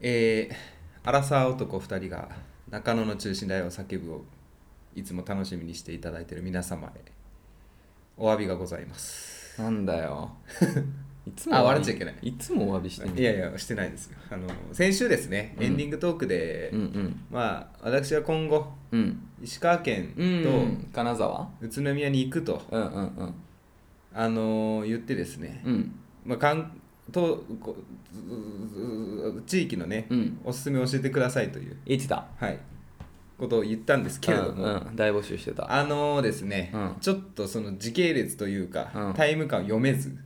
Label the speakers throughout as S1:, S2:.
S1: えー、アラサー男2人が中野の中心大を叫ぶをいつも楽しみにしていただいている皆様へお詫びがございます
S2: なんだ よいつも
S1: あ
S2: お詫
S1: 笑
S2: び
S1: っちゃいけない
S2: いつもお詫びして
S1: いやいやしてないですよあの先週ですね、
S2: うん
S1: エンディングトークで、
S2: うん
S1: まあ私は今後
S2: うんうん
S1: 石川県
S2: うん金沢
S1: と宇都宮に行くと、
S2: うんうんうん
S1: あのー言ってですね、
S2: うん
S1: まあ、かんとこ地域のね、
S2: うん
S1: おすすめを教えてくださいという、
S2: 言ってた
S1: はい、ことを言ったんですけれども、
S2: うんうん大募集してた
S1: あのーですね、
S2: うん
S1: ちょっとその時系列というか、
S2: うん
S1: タイム感を読め ず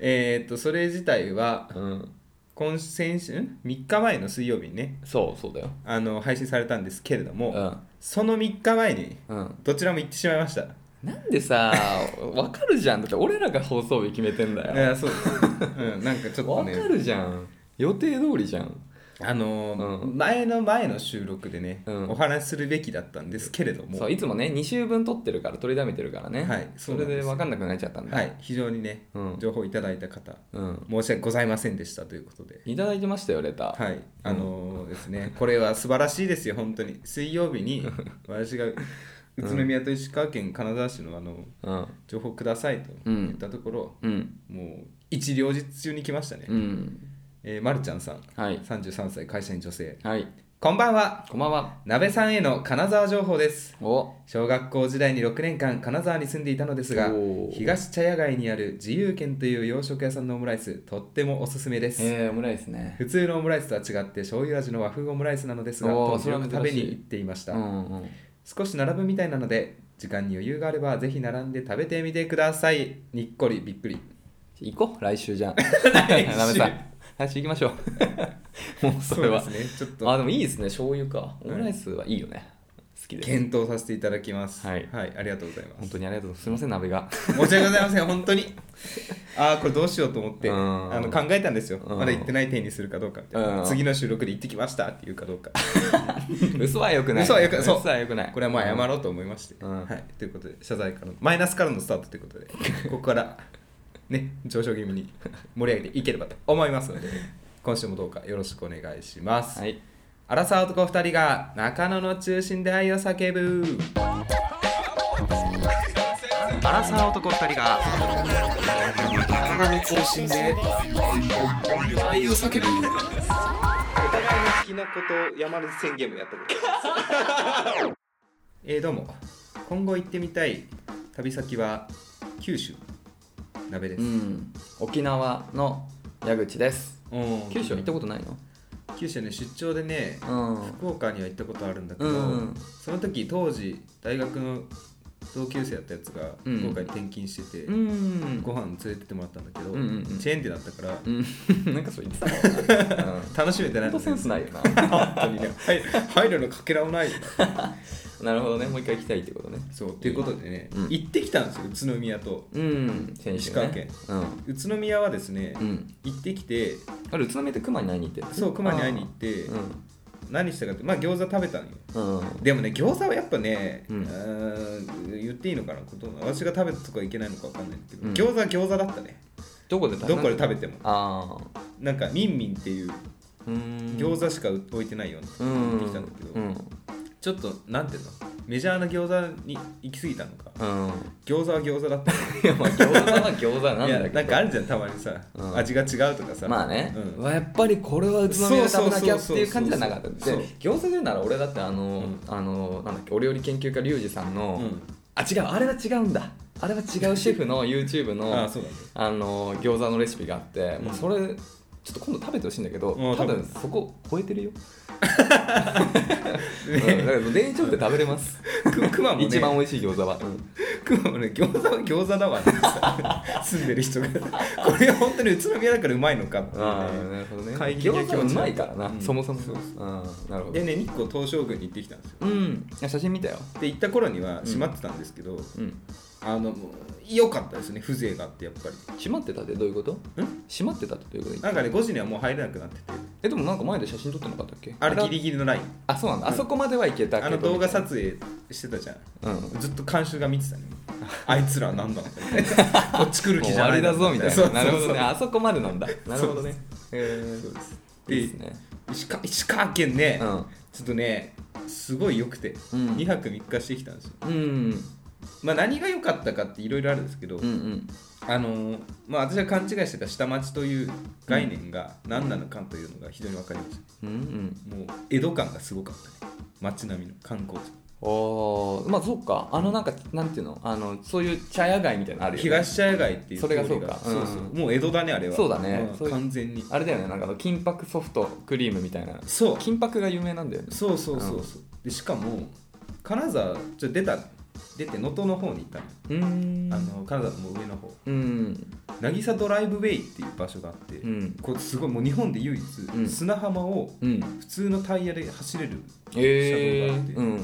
S1: えーっとそれ自体は
S2: うん
S1: 今先週ん3日前の水曜日にね
S2: そうそうだよ
S1: あの配信されたんですけれども、
S2: うん
S1: その3日前に
S2: うん
S1: どちらも行ってしまいました。
S2: なん でさわかるじゃんだって俺らが放送日決めてん
S1: い
S2: だよ
S1: やそうです、うん、なんかちょっと
S2: わ
S1: ね
S2: かるじゃん予定通りじゃん
S1: あのー
S2: うん
S1: 前の前の収録でね、
S2: うん
S1: お話しするべきだったんですけれども、
S2: そういつもね2週分撮ってるから取りだめてるからね
S1: はいそ
S2: そう
S1: な
S2: れ
S1: んです
S2: で分かんなくなっちゃったんだ
S1: はい、非常にね、
S2: うん
S1: 情報いただいた方
S2: うん
S1: 申し訳ございませんでしたということで
S2: いただいてましたよレター
S1: はい、あのーですね、これは素晴らしいですよ、本当に。水曜日に私が宇都宮と石川県金沢市のあの
S2: うん
S1: 情報くださいと
S2: うん
S1: 言ったところ、
S2: うん
S1: もう一両日中に来ましたね。
S2: うん
S1: えーまるちゃんさん、
S2: はい
S1: 33歳、会社員女性。
S2: はい
S1: こんばんは、
S2: こんばんは
S1: なべさんへの金沢情報です。
S2: お
S1: 小学校時代に6年間金沢に住んでいたのですが
S2: おー
S1: 東茶屋街にある自由軒という洋食屋さんのオムライスとってもおすすめです、
S2: えー、オムライスね
S1: 普通のオムライスとは違って醤油味の和風オムライスなのですが
S2: おー
S1: 当時よく
S2: それ
S1: 食
S2: は珍
S1: べ
S2: しい
S1: に行っていました、
S2: うんうん
S1: 少し並ぶみたいなので時間に余裕があればぜひ並んで食べてみてくださいにっこりびっくり
S2: 行こう来 週じゃん
S1: 来週
S2: なめさん来週行きましょ うもう それは
S1: うですねちょっ
S2: あ
S1: と
S2: でもいいですね醤油かオムライスはいいよね好きです
S1: 検討させていただきます
S2: はい
S1: ありがとうございま
S2: 本
S1: す
S2: 当にありがとうございますすいません鍋が
S1: 申し訳ございません本当にああこれどうしようと思って
S2: うん
S1: あの考えたんですよ
S2: うん
S1: まだ行ってない点にするかどうかみたいな
S2: うん
S1: 次の収録で行ってきましたっていうかどうか
S2: 嘘はよくない
S1: 嘘は良くないそう
S2: 嘘はよくない
S1: これはまあ謝ろうと思いまして、
S2: うん
S1: はい、ということで謝罪からのマイナスからのスタートということでここからね上昇気味に盛り上げていければと思いますので今週もどうかよろしくお願いします、
S2: はい
S1: アラサー男2人が中野の中心で愛を叫ぶアラサー男2人が中野の中心で愛を叫ぶお互いの好きなことを山根宣言もやったことです えーどうも今後行ってみたい旅先は九州鍋で
S2: う
S1: す、
S2: ん沖縄の矢口です
S1: うん
S2: 九州は行ったことないの
S1: 九州ね出張でね
S2: うん
S1: 福岡には行ったことあるんだけど、
S2: うん
S1: その時当時大学の同級生やったやつが
S2: うん
S1: 福岡に転勤してて、
S2: うん
S1: ご飯連れてってもらったんだけど、
S2: うんうんうん
S1: チェーン店だったから、
S2: うん なんかそう言ってたもん なうん
S1: 楽しめてない
S2: 本当センスないよな
S1: 本当にねはい入るのかけらもないよ
S2: なるほどねもう一回行きたいってことね
S1: そうということでね、
S2: うん
S1: 行ってきたんですよ宇都宮と
S2: うん先週ね
S1: 石川県
S2: うん
S1: 宇都宮はですね、
S2: うん
S1: 行ってきて
S2: あれ宇都宮って熊に会いに行ってる
S1: そう熊に会いに行って、
S2: う
S1: 何したかってまあ餃子食べたのよ
S2: んうん
S1: でもね餃子はやっぱね、
S2: うん
S1: うーん言っていいのかなこと私が食べたとかいけないのかわかんないんだけど、
S2: うん
S1: 餃子は餃子だったね
S2: どこで食べ
S1: どこで食べても
S2: ああ
S1: なんかみんみんっていう
S2: うーん
S1: 餃子しか置いてないようなとこ
S2: うん
S1: に行ってきたんだけど、
S2: うん
S1: ちょっとなんていうのメジャーな餃子に行き過ぎたのか
S2: うん
S1: 餃子は餃子だった
S2: いやまあ餃子は餃子なんだ
S1: い
S2: けど
S1: やなんかあるじゃんたまにさ、
S2: うん
S1: 味が違うとかさ
S2: まあね、
S1: うん
S2: うわやっぱりこれは宇都宮で食べなきゃって
S1: そうそうそうそう
S2: いう感じじゃなかったで
S1: そう
S2: 餃子で言うなら俺だってあの、
S1: うん
S2: あのなんだっけお料理研究家リュウジさんの、
S1: うん
S2: あ違うあれは違うんだあれは違うシェフの YouTube
S1: あ
S2: の
S1: あそうだね
S2: あの餃子のレシピがあって、
S1: うん
S2: もうそれちょっと今度食べてほしいんだけど、
S1: うん
S2: 多
S1: 多
S2: 分
S1: 分
S2: そこ超え てるよ、うんだから電車って食べれます、
S1: く熊もね
S2: 一番美味しい餃子は、うん
S1: 熊もね餃子は餃子だわってさ住んでる人がこれは本当に宇都宮だからうまいのかっていう
S2: ああ
S1: ね
S2: なるほどね
S1: 懐疑的な
S2: 餃
S1: 気持ち
S2: 子はうまいからな、
S1: うん
S2: そもそも
S1: そうそ
S2: うんなるほど
S1: でね日光東照宮に行ってきたんですよ
S2: うんいや写真見たよ
S1: で行った頃には閉まってたんですけど、
S2: うん
S1: あのもう良かったですね風情があってやっぱり
S2: 閉まってたってどういうこと
S1: ん
S2: 閉まってたってどういうこと
S1: なんかね5時にはもう入れなくなってて
S2: えでもなんか前で写真撮ってなかったっけ
S1: あれギ
S2: は
S1: リギリのライン
S2: あそうなんだあそこまではいけた
S1: あ
S2: けど
S1: の動画撮
S2: み
S1: 影してたじゃん
S2: たいなうん
S1: ずっと監修が見て たねあいつらなんだろうこっち来る
S2: も
S1: 気
S2: う
S1: じ
S2: 終
S1: ゃ
S2: わ
S1: ない
S2: りだぞみたいななるほどね
S1: ね
S2: あそこまでなんだなるほどねへえ
S1: そうです
S2: い
S1: で
S2: いですね
S1: 石川石川県ね、
S2: うん
S1: ちょっとねすごい良くて、
S2: うん
S1: 2泊3日してきたんですよ
S2: うん
S1: まあ何が良かったかっていろいろあるんですけど、
S2: うんうん
S1: あのーまあ私が勘違いしてた下町という概念が何なのかというのが非常に分かりました
S2: うんうん
S1: もう江戸感がすごかったね街並みの観光地
S2: おーまあそうかあのなんかなんていうのあのそういう茶屋街みたいなのあるよ、ね、
S1: 東茶屋街っていう
S2: それが
S1: 通り
S2: そうかうん
S1: そうそうもう江戸だねあれは
S2: そうだね
S1: ん
S2: そういう
S1: 完全に
S2: あれだよねなんかあの金箔ソフトクリームみたいな
S1: そう
S2: 金箔が有名なんだよね
S1: そうそうそうそうでしかも金沢ちょ出た出て能登の方に行ったの,、
S2: うーん
S1: あの金沢のもう上の方
S2: うん
S1: 渚ドライブウェイっていう場所があって、
S2: うん
S1: これすごいもう日本で唯一、
S2: ん
S1: 砂浜を
S2: うん
S1: 普通のタイヤで走れる車
S2: え
S1: 道があって
S2: ー、うんうん、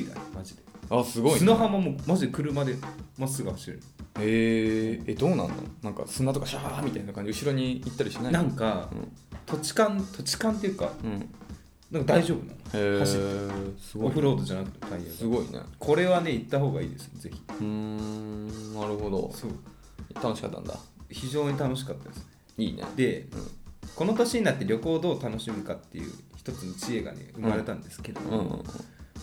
S1: PV だねマジで、
S2: あすごい、ね、
S1: 砂浜もマジで車でまっすぐ走れる、
S2: えー、えどうなんのなんか砂とかシャーみたいな感じ後ろに行ったりしない
S1: なんか
S2: うん
S1: 土地勘土地勘っていうか
S2: うんへ
S1: なんか大丈夫なの
S2: え
S1: 走っ
S2: す
S1: オ
S2: ごい
S1: フロードじゃなくてタイヤ
S2: す
S1: が
S2: ごいね
S1: これはね行った方がいいですぜひ
S2: うーんなるほど
S1: そう
S2: 楽しかったんだ
S1: 非常に楽しかったですね
S2: いいね
S1: で
S2: うん
S1: この年になって旅行をどう楽しむかっていう一つの知恵がね生まれたんですけど、
S2: うんうんうん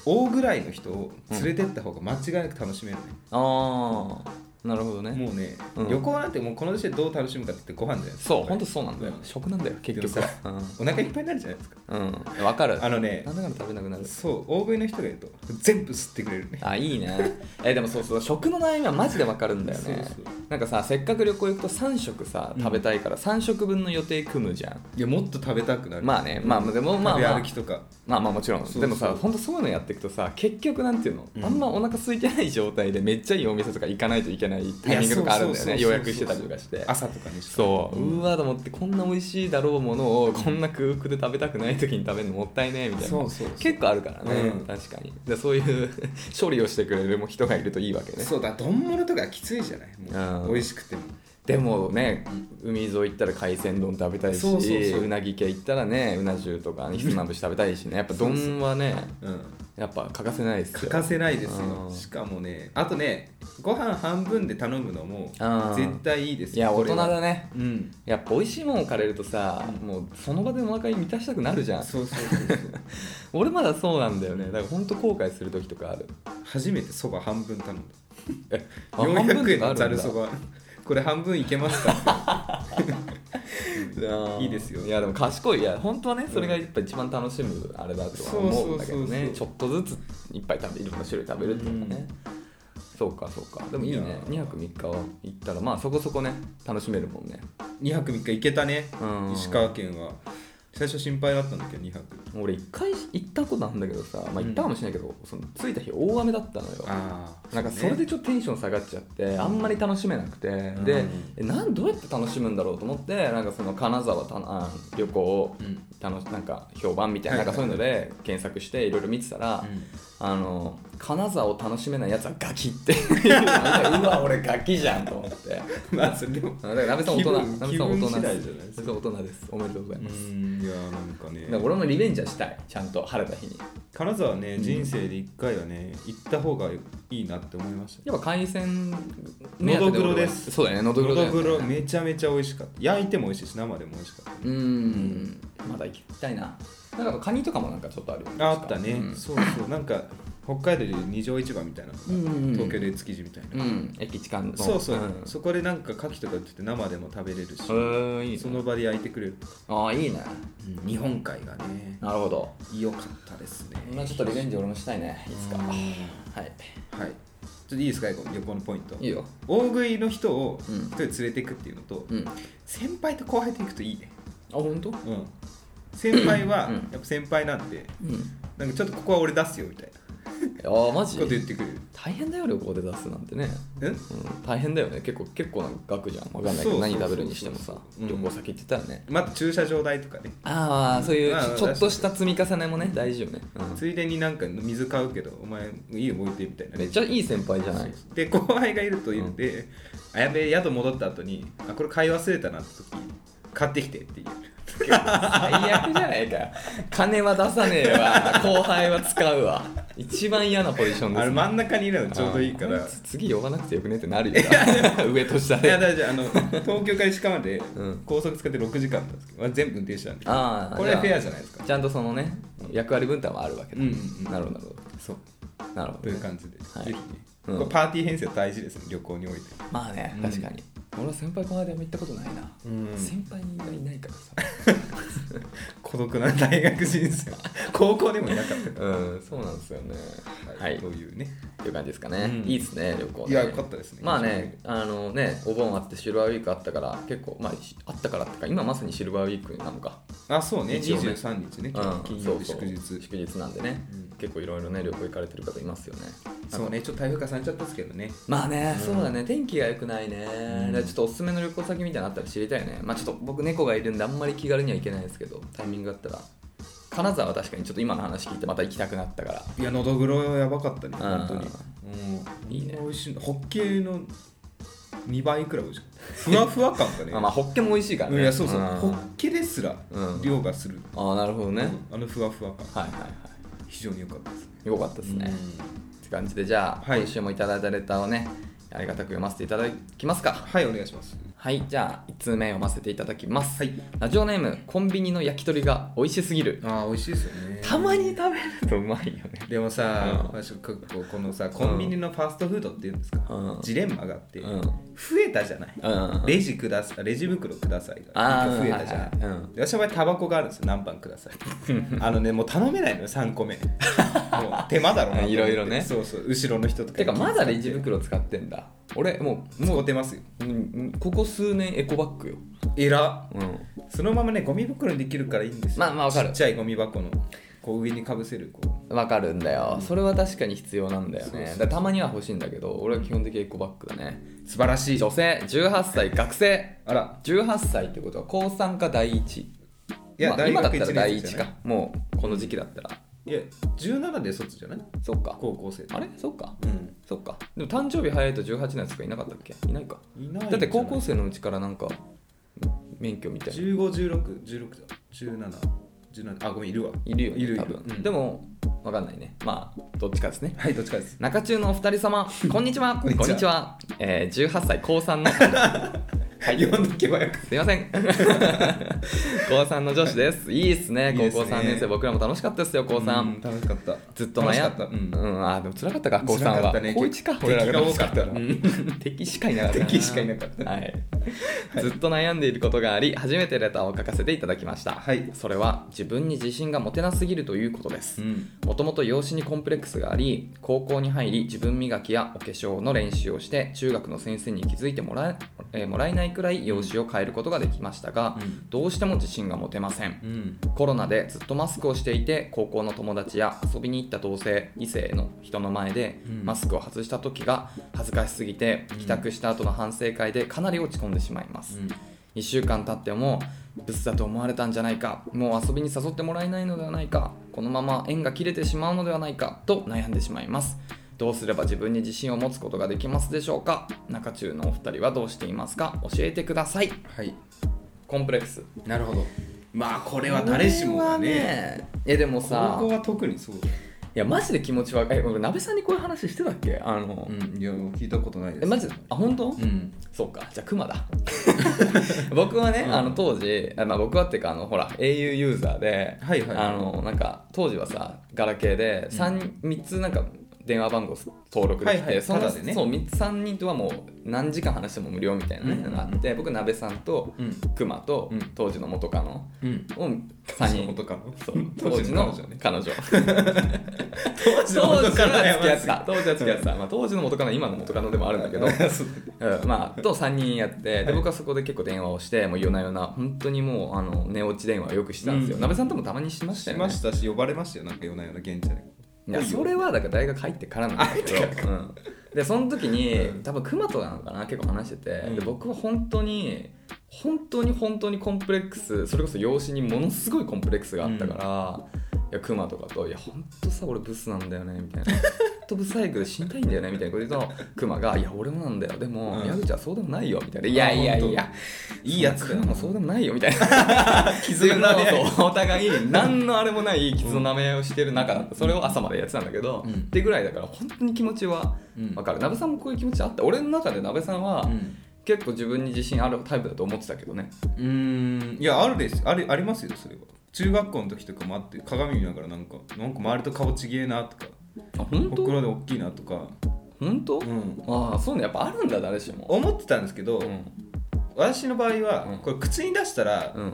S1: 大ぐらいの人を連れてった方が間違いなく楽しめるね、
S2: ああなるほどね
S1: もうね、
S2: うん
S1: 旅行なんてもうこの年でどう楽しむかって言ってご飯じゃないですか
S2: そう
S1: ほ
S2: 本
S1: ん
S2: 当そうなんだよ
S1: うん
S2: 食なんだよ結局
S1: でも
S2: は
S1: お腹いっぱいになるじゃないですか
S2: うんうんわかる
S1: あのね
S2: なんだかんだ食べなくなる
S1: そう大食いの人がいると全部吸ってくれるね
S2: あいいねえでもそうそう食の悩みはマジでわかるんだよね
S1: そうそう
S2: なんかさせっかく旅行行くと3食さ食べたいから3食分の予定組むじゃん
S1: いやもっと食べたくなる
S2: まあねまあでもまあ
S1: 食べ
S2: まあ
S1: 歩きとか
S2: まあまあもちろん
S1: そうそう
S2: でもさほんとそういうのやっていくとさ結局なんていうの、
S1: うん
S2: あんまお腹空いてない状態でめっちゃいいお店とか行かないといけないタイミングとかあるんだよね
S1: いや
S2: 予
S1: そうそうそうそう
S2: 約してたりとかして
S1: 朝とかにして
S2: そう
S1: うん
S2: うわーと思ってこんな美味しいだろうものをこんな空腹で食べたくない時に食べるのもったいねみたいな
S1: そうそうそう
S2: 結構あるからね、
S1: うん
S2: 確かにでそういう 処理をしてくれる人がいるといいわけね
S1: そうだ丼物とかきついじゃないも
S2: う
S1: うん美味しくても
S2: でもね海沿い行ったら海鮮丼食べたいし
S1: そうそうそう
S2: なぎ系行ったらねうな重とかひつまぶし食べたいしねやっぱ丼はね
S1: うん
S2: やっぱ欠かせないですよ
S1: 欠かせないですよ
S2: うん
S1: しかもねあとねご飯半分で頼むのも
S2: うん
S1: 絶対いいです
S2: いや
S1: こ
S2: 大
S1: れ
S2: 人
S1: は
S2: だね
S1: うん
S2: やっぱ美味しいもんを借りるとさ、もうその場でお腹に満たしたくなるじゃん
S1: そうそうそ うそう
S2: 俺まだそうなんだよねだからほんと後悔する時とかある
S1: 初めてそば半分頼んだ
S2: えあ半分と
S1: 400円
S2: か
S1: の
S2: あるんだ
S1: ざるそばこれ半分いけますか
S2: あー
S1: いいですよ
S2: いやでも賢いいや本当はねそれがやっぱ一番楽しむあれだとは思うんだけどね
S1: そう
S2: ちょっとずついっぱい食べいろんな種類食べるっていうのがね、そうかそうかでもいい
S1: いや
S2: ね2泊3日は行ったらまあそこそこね楽しめるもんね
S1: 2泊3日いけたね
S2: うん
S1: 石川県は最初心配だったんだけど2泊
S2: 俺1回行ったことあるんだけどさ、まあ、行ったかもしれないけど、その着いた日大雨だったのよ
S1: ああ
S2: なんかそれでちょっとテンション下がっちゃってあんまり楽しめなくて、
S1: ん
S2: でえなんどうやって楽しむんだろうと思ってなんかその金沢たあ旅行を
S1: うん
S2: 楽しなんか評判みたいな,、
S1: はいはい
S2: なんかそういうので検索していろいろ見てたら、あの金沢を楽しめないやつはガキって いうなんかうわ俺ガキじゃんと思って
S1: まあそれでも
S2: だから鍋さん大人
S1: 気分
S2: 鍋さん大人
S1: 気分次第
S2: で
S1: じゃ
S2: す
S1: ないです
S2: すごい大人ですおめでとうございうます、
S1: んいやなんかね
S2: だから俺もリベンジはしたいちゃんと晴れた日に
S1: 金沢ね人生で1回はね行った方がいいなって思いました
S2: やっぱ海鮮
S1: のどぐろです
S2: そうだよねのどぐろだ
S1: のど
S2: よね
S1: ぐろめちゃめちゃ美味しかった焼いても美味しいし生でも美味しかっ
S2: うーん、まだ行きたいな。なんかカニとかもなんかちょっとあるよね
S1: たあったね、
S2: うん
S1: そうそうなんか北海道でいう二条市場みたいなのが、
S2: うんうんうん
S1: 東京で築地みたいな、
S2: うん、駅近の。
S1: そうそう、
S2: ん
S1: そこでなんか牡蠣とか売ってて生でも食べれるし、
S2: へーいいね
S1: その場で焼いてくれるとか、
S2: ああ、いいね。
S1: 日本海がね
S2: なるほど。
S1: 良かったですね
S2: まあちょっとリベンジ俺もしたいね、いつか。
S1: うん
S2: はい。
S1: はいちょっといいですか旅行のポイント
S2: いいよ。
S1: 大食いの人を
S2: うん
S1: 一人連れていくっていうのと、
S2: うん。あ、
S1: 先輩と後輩と行くといいね
S2: 本当？う
S1: うん先輩は
S2: うん
S1: やっぱ先輩なんで、
S2: ん。
S1: なんかちょっとここは俺出すよみたいな
S2: ああ、マジ
S1: こと言ってくる
S2: 大変だよ、旅行で出すなんてね。
S1: うん
S2: うん、大変だよね。結構、結構な額じゃん。わかんないけ
S1: そうそうそう
S2: ど、何食べるにしてもさ、
S1: うん
S2: 旅行先行ってたらね。
S1: また駐車場代とかね
S2: ああ、そういう
S1: まあ
S2: ちょっとした積み重ねもね、大事よね。う。
S1: ついでになんか水買うけどお前いいよ置いてみたいなんね
S2: めっちゃいい先輩じ ゃない。
S1: で後輩がいると言って、あやべえ宿戻った後にあこれ買い忘れたなって時買ってきてって言う
S2: 最悪じゃないかよ金は出さねえわ後輩は使うわ一番嫌なポジションです、
S1: あ
S2: ね、
S1: れ真ん中にいるのちょうどいいから
S2: あーこいつ次呼ばなくてよくねってなるよな 上と下
S1: いや
S2: で
S1: 大丈夫あ の東京から石川まで
S2: うん
S1: 高速使って6時間なんですけど、まあ全部運転手なんで
S2: ああ
S1: これはフェアじ
S2: ゃ
S1: ゃないですか
S2: んちゃんとそのね役割分担はあるわけ
S1: うん
S2: だ、
S1: うんうん
S2: なるほどなるほ
S1: そう
S2: どなるほ
S1: と
S2: ど
S1: い
S2: ね、
S1: う感じで、
S2: はい
S1: ぜひね、
S2: うん
S1: これパーティー編成は大事ですね旅行において
S2: まあね
S1: うん
S2: 確かに、俺は先輩後輩でも行ったことないな、
S1: うん
S2: 先輩がいないからさ
S1: 孤独な大学人生 高校でもいなかったか
S2: うんそうなんですよね
S1: ら、
S2: はい、
S1: というね
S2: っていう感じですかね、
S1: うん
S2: いいですね旅行ね
S1: いやよかったですね
S2: まあねあのねお盆あってシルバーウィークあったから結構まあしあったからってか今まさにシルバーウィークなのか、
S1: あそうね
S2: 一応ね
S1: 23日ね
S2: うん
S1: 金曜日
S2: そう
S1: 祝
S2: そう
S1: 日
S2: 祝日なんでね、
S1: うん
S2: 結構いろいろね旅行行かれてる方いますよね
S1: そうねちょっと台風重ねちゃったんですけどね
S2: まあね、
S1: うん
S2: そうだね天気が良くないね、
S1: ん
S2: だからちょっとおすすめの旅行先みたいなのあったら知りたいねまあちょっと僕猫がいるんであんまり気軽には行けないですけどタイミングがあったら金沢は確かにちょっと今の話聞いてまた行きたくなったから
S1: いや喉黒やばかったね本当にうん
S2: いいね
S1: 美味しいホッケーの2倍くらい美味しかったふわふわ感 がね
S2: あまあホッケも美味しいから
S1: う
S2: ね、
S1: んいやそうそう、
S2: ん
S1: ホッケですら
S2: うん
S1: 量がする、
S2: ああなるほどね、
S1: あのふわふわ感
S2: はいはいは
S1: 非常に良かったです
S2: いよかったですね、
S1: ね
S2: っ、て感じでじゃあ、
S1: はい
S2: 今週もいただいたレターをねありがたく読ませていただきますか
S1: はいお願いします
S2: はいじゃあ1通目読ませていただきます、
S1: はい
S2: ラジオネームコンビニの焼き鳥が美味しすぎる
S1: ああ美味しいですよね
S2: たまに食べるとうまいよね
S1: でもさ、
S2: うん
S1: まあちょっとこうこのさコンビニのファーストフードっていうんですか、
S2: うん
S1: ジレンマがあって、
S2: うん
S1: 増えたじゃない、
S2: うん
S1: レジくださレジ袋くださいが
S2: あー
S1: 増えたじゃない、
S2: はいはいうん
S1: で私の場合タバコがあるんですよ何番くださいあのねもう頼めないのよ3個目 もう手間だろうなと思って
S2: いろいろね
S1: そうそう後ろの人とか
S2: てかまだレジ袋使ってんだ俺もう
S1: もうてますよ
S2: うんここ数年エコバッグよ、
S1: えら
S2: うん、
S1: そのままねゴミ袋にできるからいいんですよ
S2: まあまあわかる
S1: ちっちゃいゴミ箱のこう上にかぶせるこう
S2: わかるんだよそれは確かに必要なんだよね
S1: そうそうそう
S2: だからたまには欲しいんだけど俺は基本的にエコバッグだね
S1: 素晴らしい
S2: 女性18歳学生
S1: あら
S2: 18歳ってことは高3か第1
S1: いや、
S2: まあ、
S1: 大
S2: 今だっ
S1: 学
S2: た
S1: 1
S2: ら
S1: 年
S2: 第
S1: 生じ
S2: 1
S1: ゃない
S2: かもうこの時期だったら
S1: いや17で卒じゃない
S2: そっか
S1: 高校生
S2: あれそっか
S1: うん
S2: そっかでも誕生日早いと18のやつがいなかったっけいないか
S1: いないんじゃない
S2: だって高校生のうちからなんか免許みたいな
S1: 151616だ1717あごめんいるわ
S2: いるよね
S1: いるいる
S2: 多分、
S1: うん
S2: でもわかんないねまあどっちかですね
S1: はいどっちかです
S2: 中中のお二人 様こんにちは
S1: こんにちは
S2: えー、18歳高3 の
S1: はい読んどけばよかっ
S2: すいません 高3の女子ですいいっすね
S1: いいです
S2: 高
S1: ね
S2: 校3年生僕らも楽しかったですよ高
S1: た
S2: 3、
S1: うん楽しかった
S2: ずっと悩
S1: 楽しかったう
S2: うんん、あーでも辛かったか高3
S1: 辛か
S2: は
S1: ったね
S2: 高1か
S1: 敵
S2: 俺らが
S1: 敵が多かったな
S2: うん敵しかいなかった
S1: 敵しかいなかった
S2: はい、ずっと悩んでいることがあり初めてレターを書かせていただきました、
S1: はい
S2: それは自分に自信が持てなすぎるということですもともと養子にコンプレックスがあり高校に入り自分磨きやお化粧の練習をして中学の先生に気づいてもらええーもらえないくらい養子を変えることができましたが、
S1: うん
S2: どうしても自信が持てません
S1: うん
S2: コロナでずっとマスクをしていて高校の友達や遊びに行った同性異性の人の前で
S1: うん
S2: マスクを外した時が恥ずかしすぎて
S1: うん
S2: 帰宅した後の反省会でかなり落ち込んでしまいます1週間経ってもブスだと思われたんじゃないかもう遊びに誘ってもらえないのではないかこのまま縁が切れてしまうのではないかと悩んでしまいますどうすれば自分に自信を持つことができますでしょうか中中のお二人はどうしていますか教えてください
S1: はい
S2: コンプレックス
S1: なるほどまあこ
S2: こ
S1: れは誰しもがね
S2: えでも
S1: 高
S2: さ
S1: 校は特にそうだ
S2: いやマジで気持ちわかる俺鍋さんにこういう話してたっけあの、
S1: んいや聞いたことないで
S2: えマジであ本
S1: う
S2: 当、
S1: ん
S2: そうかじゃあクマだ 僕はね、
S1: うん
S2: あの当時、あまあ、僕はっていうかあのほら au ユーザーで、
S1: はいはい
S2: あのなんか当時はさガラケーで 3, 三つなんか電話番号登録できて、
S1: はいはい
S2: その
S1: タダでね
S2: そう三つ3人とはもう何時間話しても無料みたいなね、
S1: うんうんうん
S2: のがあって僕鍋さんと
S1: うん
S2: クマと、
S1: うん
S2: 当時の元カノ
S1: うん
S2: を3人
S1: 元カノ
S2: そう当時の
S1: 彼女ね
S2: 彼女
S1: 当
S2: 当時は付き合って
S1: や
S2: た当時は付き合ってた、まあ、当時の元カノ今の元カノでもあるんだけど、
S1: ばいそう
S2: うんまあ、と3人やってで僕はそこで結構電話をしてもう夜な夜な本当にもうあの寝落ち電話をよくしてたんですよ、
S1: うん
S2: 鍋さんともたまにしました
S1: し
S2: よね
S1: ましたし呼ばれましたよなんか夜な夜な現地で
S2: いやそれはだから大学入ってからなんだけど、うん、でその時に、
S1: うん
S2: 多分熊となのかな結構話してて、
S1: うん
S2: で僕は本当に本当に本当にコンプレックスそれこそ養子にものすごいコンプレックスがあったから、いや熊とかと「いや本当さ俺ブスなんだよね」みたいなとブサイクで死にたいんだよねみたいなこと言うとクマが「いや俺もなんだよでも、
S1: うん
S2: 矢口はそうでもないよ」みたいな「いやいやいや
S1: いいやつだ
S2: ク
S1: よ
S2: マもそうでもないよ」みたいな
S1: 傷がね
S2: そうお互い何のあれもない傷の舐め合いをしてる中だったそれを朝までやってたんだけど、
S1: うん
S2: ってぐらいだから本当に気持ちは
S1: うん
S2: わかる鍋さんもこういう気持ちあった俺の中で鍋さんは、
S1: うん
S2: 結構自分に自信あるタイプだと思ってたけどね
S1: うーんいやあるですあるありますよそれは中学校の時とかもあって鏡見ながらなんかなんか周りと顔ちげえなとか
S2: あ本
S1: ほ
S2: 当
S1: くろで大きいなとか、
S2: 本当、
S1: うん、
S2: ああそうねやっぱあるんだ誰しも
S1: 思ってたんですけど、
S2: うん
S1: 私の場合
S2: うん
S1: はこれ口に出したら
S2: うん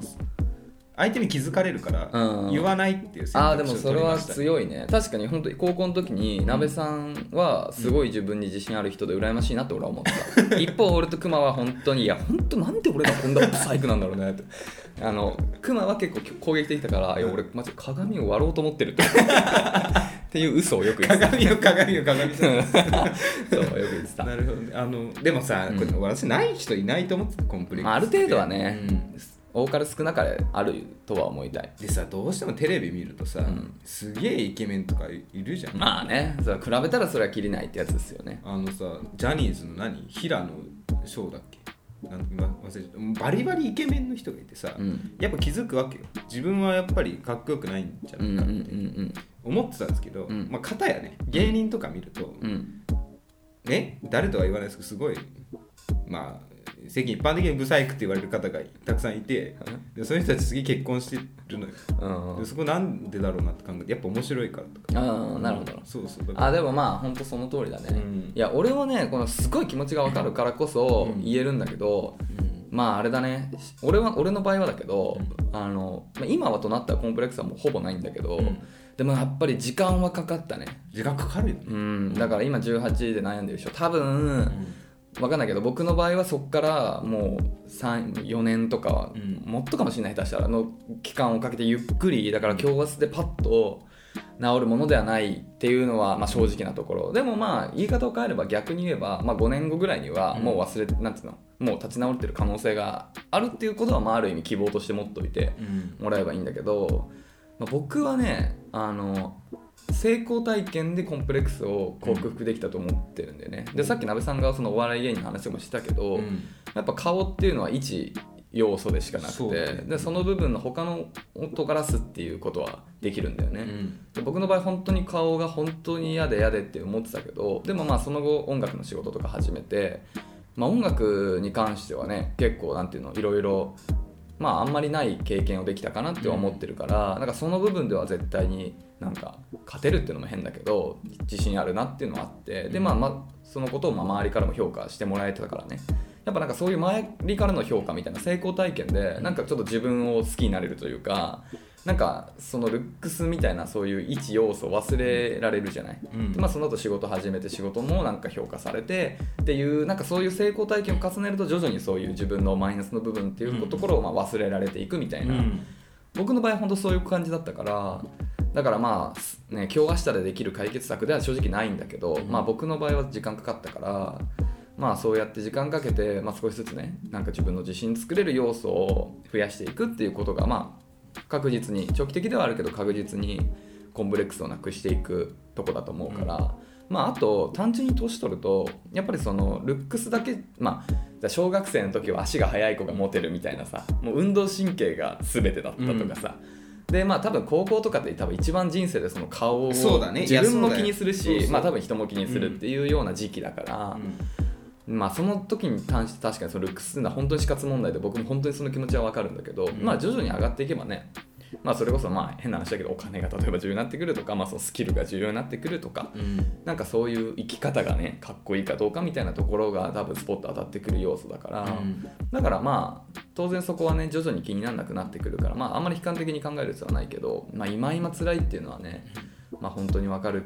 S1: 相手に気づかれるから
S2: うん
S1: 言わないっていう選
S2: ああで
S1: 択肢
S2: も
S1: を
S2: そ
S1: 取
S2: れ
S1: りま
S2: は
S1: した
S2: 強いね確かに本当に高校の時に鍋さんはすごい自分に自信ある人で羨ましいなって俺は思っ た、一方俺とクマは本当にいや本当なんで俺がこんなブサイクなんだろうねってあのクマは結構攻撃的だからいや俺マジで鏡を割ろうと思っ てるってっていう嘘をよく言ってた
S1: 鏡よ鏡よ鏡よ
S2: そうよく言ってた
S1: なるほどねあのでもさ、
S2: うん
S1: これ私ない人いないと思ってたコンプレックスって
S2: まあ、ある程度はね、
S1: うん
S2: 多かれ少なかれあるとは思いたい
S1: でさどうしてもテレビ見るとさ、
S2: ん
S1: すげえイケメンとかいるじゃん、
S2: まあねそれは比べたらそれはきりないってやつですよね
S1: あのさジャニーズの何平野翔だっけなん今忘れちゃったバリバリイケメンの人がいてさ、
S2: うん
S1: やっぱ気づくわけよ自分はやっぱりかっこよくないんじゃ
S2: う
S1: なんい
S2: うん
S1: かって
S2: うん
S1: 思ってたんですけど、
S2: うん
S1: まあ片やね芸人とか見ると、
S2: うんうん
S1: ね誰とは言わないですけどすごいまあ世間一般的にブサイクって言われる方がたくさんいてでその人たち次結婚してるのよ
S2: うん
S1: でそこなんでだろうなって考えてやっぱ面白いからとか
S2: ああなるほど
S1: そうそうだから
S2: あでもまあ本当その通りだね、
S1: うん
S2: いや俺はねこのすごい気持ちが分かるからこそ
S1: うん
S2: 言えるんだけど、まああれだね俺は俺の場合はだけど、あのまあ今はとなったらコンプレックスはもうほぼないんだけど、
S1: うん
S2: でもやっぱり時間はかかったね
S1: 時間かかるよね、
S2: うんだから今18で悩んでるでしょ多分、分かんないけど僕の場合はそこからもう34年とかは、
S1: うん
S2: もっとかもしれない下手したらの期間をかけてゆっくりだから今日明日でパッと治るものではないっていうのは、まあ、正直なところでもまあ言い方を変えれば逆に言えば、まあ、5年後ぐらいには
S1: うん
S2: もう忘れて、なんていうのもう立ち直ってる可能性があるっていうことは、まあ、ある意味希望として持っておいて
S1: うん
S2: もらえばいいんだけど、まあ、僕はねあの成功体験でコンプレックスを克服できたと思ってるんだよね、でさっきなべさんがそのお笑い芸人の話もしてたけど、やっぱ顔っていうのは一要素でしかなくて
S1: そう
S2: そ,、
S1: だね
S2: でその部分の他の音ガラスっていうことはできるんだよね、で僕の場合本当に顔が本当に嫌で嫌でって思ってたけどでもまあその後音楽の仕事とか始めて、まあ、音楽に関してはね結構なんていうのいろいろまああんまりない経験をできたかなっては思ってるから、なんかその部分では絶対になんか勝てるっていうのも変だけど自信あるなっていうのはあってでまあまあそのことをまあ周りからも評価してもらえてたからねやっぱなんかそういう周りからの評価みたいな成功体験でなんかちょっと自分を好きになれるというかなんかそのルックスみたいなそういう一要素忘れられるじゃない、
S1: うん
S2: でまあ、その後仕事始めて仕事もなんか評価されてっていうなんかそういう成功体験を重ねると徐々にそういう自分のマイナスの部分っていうところをまあ忘れられていくみたいな、僕の場合本当そういう感じだったからだからまあ、ね、今日明日でできる解決策では正直ないんだけど、
S1: うん
S2: まあ、僕の場合は時間かかったから、まあ、そうやって時間かけて、まあ、少しずつねなんか自分の自信作れる要素を増やしていくっていうことが、まあ、確実に長期的ではあるけど確実にコンプレックスをなくしていくとこだと思うから。まあ、あと単純に年取るとやっぱりそのルックスだけまあじゃあ小学生の時は足が速い子がモテるみたいなさもう運動神経が全てだったとかさ、でまあ多分高校とかって多分一番人生でその顔を
S1: そうだねい
S2: 自
S1: や
S2: 分
S1: そ
S2: も
S1: うだ
S2: 気
S1: よ
S2: にするし、
S1: そうそう
S2: まあ多分人も気にするっていうような時期だから、まあその時に関して確かにそのルックスっていうのは本当に死活問題で僕も本当にその気持ちは分かるんだけど、
S1: ん
S2: まあ徐々に上がっていけばねまあそれこそまあ変な話だけどお金が例えば重要になってくるとか、まあ、そのスキルが重要になってくるとか、なんかそういう生き方がねかっこいいかどうかみたいなところが多分スポット当たってくる要素だから、だからまあ当然そこはね徐々に気にならなくなってくるからまああんまり悲観的に考える必要はないけど、まあ、今今辛いっていうのはね、まあ本当に分かる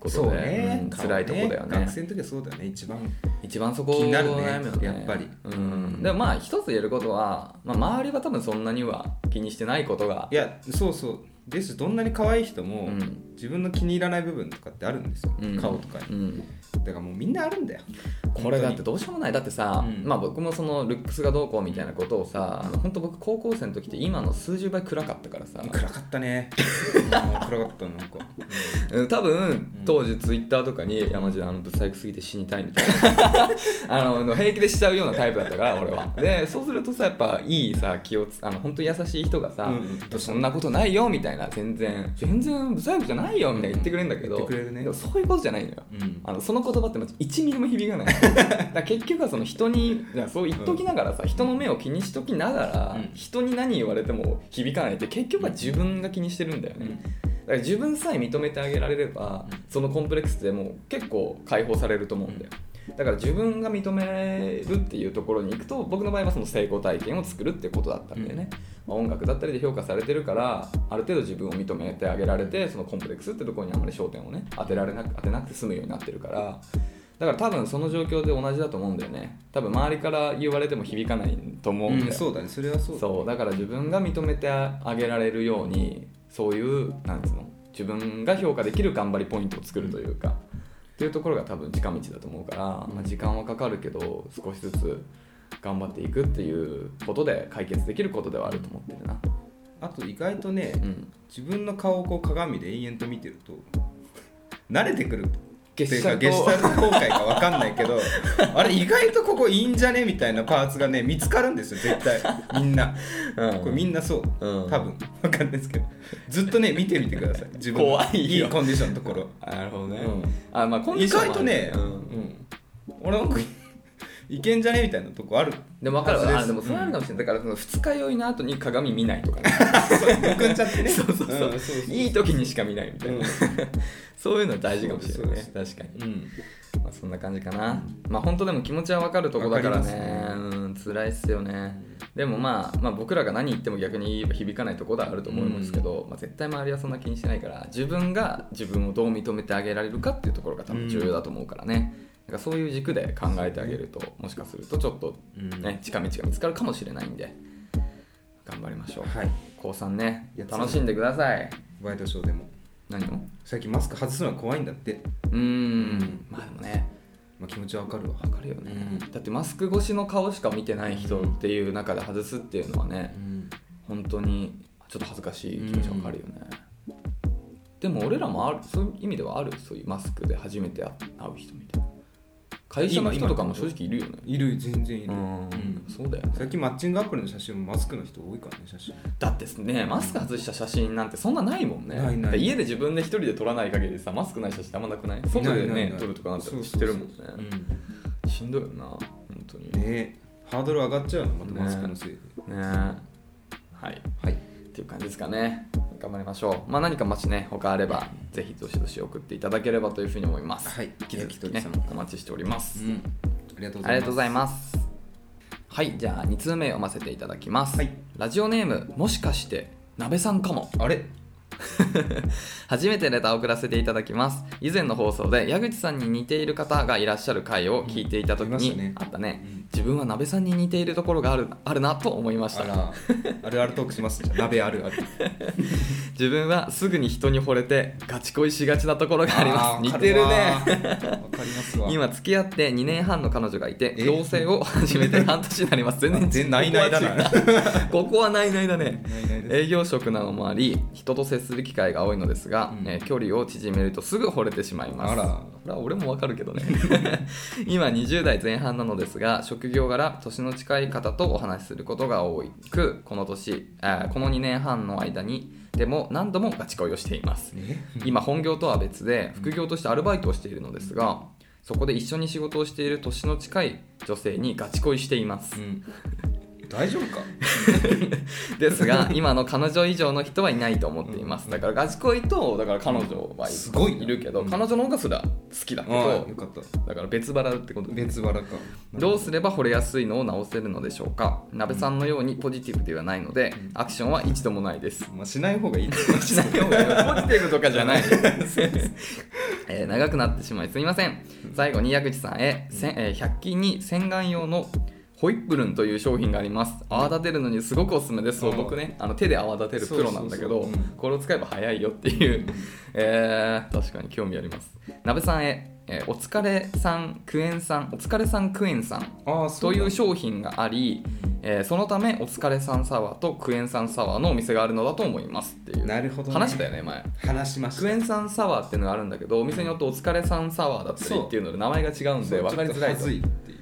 S2: こと
S1: そう
S2: で、
S1: ね、
S2: うん辛いとこだよね
S1: 学生の時はそうだよね一番
S2: 一番そこ
S1: 気になるね
S2: 悩むよね
S1: やっぱり
S2: うん、でもまあ一つ言えることは、まあ、周りは多分そんなには気にしてないことが
S1: いやそうそうですどんなに可愛い人も、
S2: うん
S1: 自分の気に入らない部分とかってあるんですよ、
S2: うん
S1: 顔とかに
S2: うん
S1: だからもうみんなあるんだよ
S2: これだって
S1: 本
S2: どうしようもないだってさ、
S1: うん
S2: まあ、僕もそのルックスがどうこうみたいなことをさ本当僕高校生の時って今の数十倍暗かったからさ
S1: 当に暗かったねうん暗かったなんか、
S2: うん多分当時ツイッターとかに「いやマジであのぶっ細工すぎて死にたい」みたいな あの平気でしちゃうようなタイプだったから俺はでそうするとさやっぱいいさ気をつあの本当に優しい人がさ、
S1: うん
S2: そんなことないよみたいな全然全然不細工じゃないよみたいな言ってくれるんだけど、
S1: 言ってくれるね
S2: でもそういうことじゃないのよ
S1: うん
S2: あのその言葉ってまず1ミリも 響かないだから結局はその人にだからそう言っときながらさ、人の目を気にしときながら、
S1: うん
S2: 人に何言われても響かないって結局は自分が気にしてるんだよね、だから自分さえ認めてあげられれば、
S1: うん
S2: そのコンプレックスでもう結構解放されると思うんだよだから自分が認めるっていうところに行くと僕の場合はその成功体験を作るってことだったんだよね、まあ音楽だったりで評価されてるからある程度自分を認めてあげられてそのコンプレックスってところにあんまり焦点をね当てられなく当てなくて済むようになってるからだから多分その状況で同じだと思うんだよね多分周りから言われても響かないと思うんだよ、
S1: うんそうだねそれはそうだ
S2: そうだから自分が認めてあげられるようにそういうなんつうの自分が評価できる頑張りポイントを作るというか、っていうところが多分近道だと思うから、まあ、時間はかかるけど少しずつ頑張っていくっていうことで解決できることではあると思ってるな、
S1: あと意外とね
S2: うん、
S1: 自分の顔をこう鏡で延々と見てると慣れてくるって
S2: 月
S1: いう
S2: 謝
S1: か
S2: と
S1: ゲシュタルト後悔か分かんないけ どあれ意外とここいいんじゃねみたいなパーツがね見つかるんですよ絶対みんな
S2: うん
S1: これみんなそう
S2: うん
S1: 多分分かんないですけどずっとね見てみてください自分の
S2: 怖いよ
S1: いコンディションのところ
S2: あなるほどね、
S1: うん
S2: あまあコンディ
S1: 意
S2: ション
S1: 外とね、
S2: もある
S1: うん俺なんかいけんじゃねみたいなとこある
S2: でも分かる
S1: はず
S2: わ
S1: です
S2: あでもそれあるかもしれない、だからその二日酔いの後に鏡見ないとかね
S1: むくんちゃってね
S2: そうそう そう,、
S1: んそうそう
S2: いい時にしか見ないみたいな、
S1: うん
S2: そういうの大事かもしれないね
S1: そ
S2: 確かに、
S1: うん
S2: まあ、そんな感じかなまあ本当でも気持ちは分かるとこだからね
S1: わかり
S2: うん辛いっすよねでもまあ、まあ、僕らが何言っても逆に言えば響かないところはあると思いますけど、まあ、絶対周りはそんな気にしないから自分が自分をどう認めてあげられるかっていうところが多分重要だと思うからね、なんかそういう軸で考えてあげるともしかするとちょっと、
S1: うん
S2: ね近道が見つかるかもしれないんで頑張りましょう
S1: はい
S2: 高三ね
S1: いや
S2: 楽しんでください
S1: ワイドショーでも
S2: 何を
S1: 最近マスク外すのは怖いんだって、
S2: うーんまあでもね
S1: まあ、気持ちはわかるわ
S2: わかるよね、
S1: うん
S2: だってマスク越しの顔しか見てない人っていう中で外すっていうのはね本当にちょっと恥ずかしい気持ちわかるよね、でも俺らもあるそういう意味ではあるそういうマスクで初めて会う人みたいな会社の人とかも正直いるよね
S1: いる全然いる、
S2: うん、
S1: うん
S2: そうだよね
S1: 最近マッチングアプリの写真もマスクの人多いからね写真
S2: だってねマスク外した写真なんてそんなないもんね
S1: ないない
S2: だって家で自分で一人で撮らない限りさマスクない写真あんまなくない外
S1: な
S2: でね
S1: いないない
S2: 撮るとかなった
S1: そ
S2: ら
S1: う
S2: 知
S1: そ
S2: っ
S1: う
S2: て
S1: そう
S2: るもんねしんどいよな本当にね
S1: ねハードル上がっちゃうのまたマスクのせいで、
S2: はい
S1: はい
S2: っていう感じですかね頑張りましょうまあ何かもしね他あればぜひどしどし送っていただければというふうに思います
S1: はい
S2: 引き続き
S1: 引き
S2: ね
S1: 続き
S2: お待ちしております、
S1: んありがとうございます
S2: ありがとうございますはいじゃあ2通目読ませていただきます、
S1: はい
S2: ラジオネームもしかして鍋さんかも
S1: あれ
S2: 初めてレターを送らせていただきます以前の放送で矢口さんに似ている方がいらっしゃる回を聞いていた時
S1: うんありました
S2: に
S1: ね
S2: あったね
S1: うん
S2: 自分は鍋さんに似ているところがあるあるなと思いまし
S1: あ
S2: た
S1: らあるあるトークしますじゃあ鍋あるある
S2: 自分はすぐに人に惚れてガチ恋しがちなところが ありま
S1: ー
S2: す似てるね
S1: わかるわわかりますわ
S2: 今付き合って2年半の彼女がいて
S1: え
S2: 同棲を始めて半年になります全然
S1: 全然ないないだな
S2: ここは違うここはないないだね
S1: ないないで す
S2: 営業職なのもあり人と接する機会が多いのですが、
S1: うん
S2: えー距離を縮めるとすぐ惚れてしまいます
S1: あら
S2: これは俺もわかるけどね 今20代前半なのですが職業柄年の近い方とお話しすることが多くこの年あーこの2年半の間にでも何度もガチ恋をしています
S1: ね
S2: 今本業とは別で副業としてアルバイトをしているのですがそこで一緒に仕事をしている年の近い女性にガチ恋しています
S1: うん大丈夫か
S2: です が今の彼女以上の人はいないと思っていますだからガチ恋とだから彼女はい
S1: すごいない
S2: るけど
S1: うん
S2: 彼女の方がそれは好きだけ
S1: ああ
S2: ど
S1: よかった
S2: だから別腹ってこと
S1: 別腹か
S2: どうすれば惚れやすいのを直せるのでしょうか鍋さんのようにポジティブではないので
S1: うん
S2: アクションは一度もないです
S1: まあしない方がいいです
S2: しない方がいいポジティブとかじゃない、 えー長くなってしまいすみません最後に矢口さんへ、せんえー100均に洗顔用のホイップルンという商品があります泡立てるのにすごくおすすめです、そう
S1: うん
S2: 僕ねあの手で泡立てるプロなんだけど
S1: そうそうそううん
S2: これを使えば早いよっていう、 えー確かに興味あります鍋さんへ、えーお疲れさんクエンさんお疲れさんクエンさん
S1: ああ
S2: という
S1: 商
S2: 商品があり、えーそのためお疲れさんサワーとクエンさんサワーのお店があるのだと思いますっていう
S1: なるほどね、
S2: 話だよね前
S1: 話しました
S2: クエン酸サワーっていうのがあるんだけどお店によってお疲れさんサワーだったりっていうので名前が違うんで分かりづらいと
S1: ずいっていう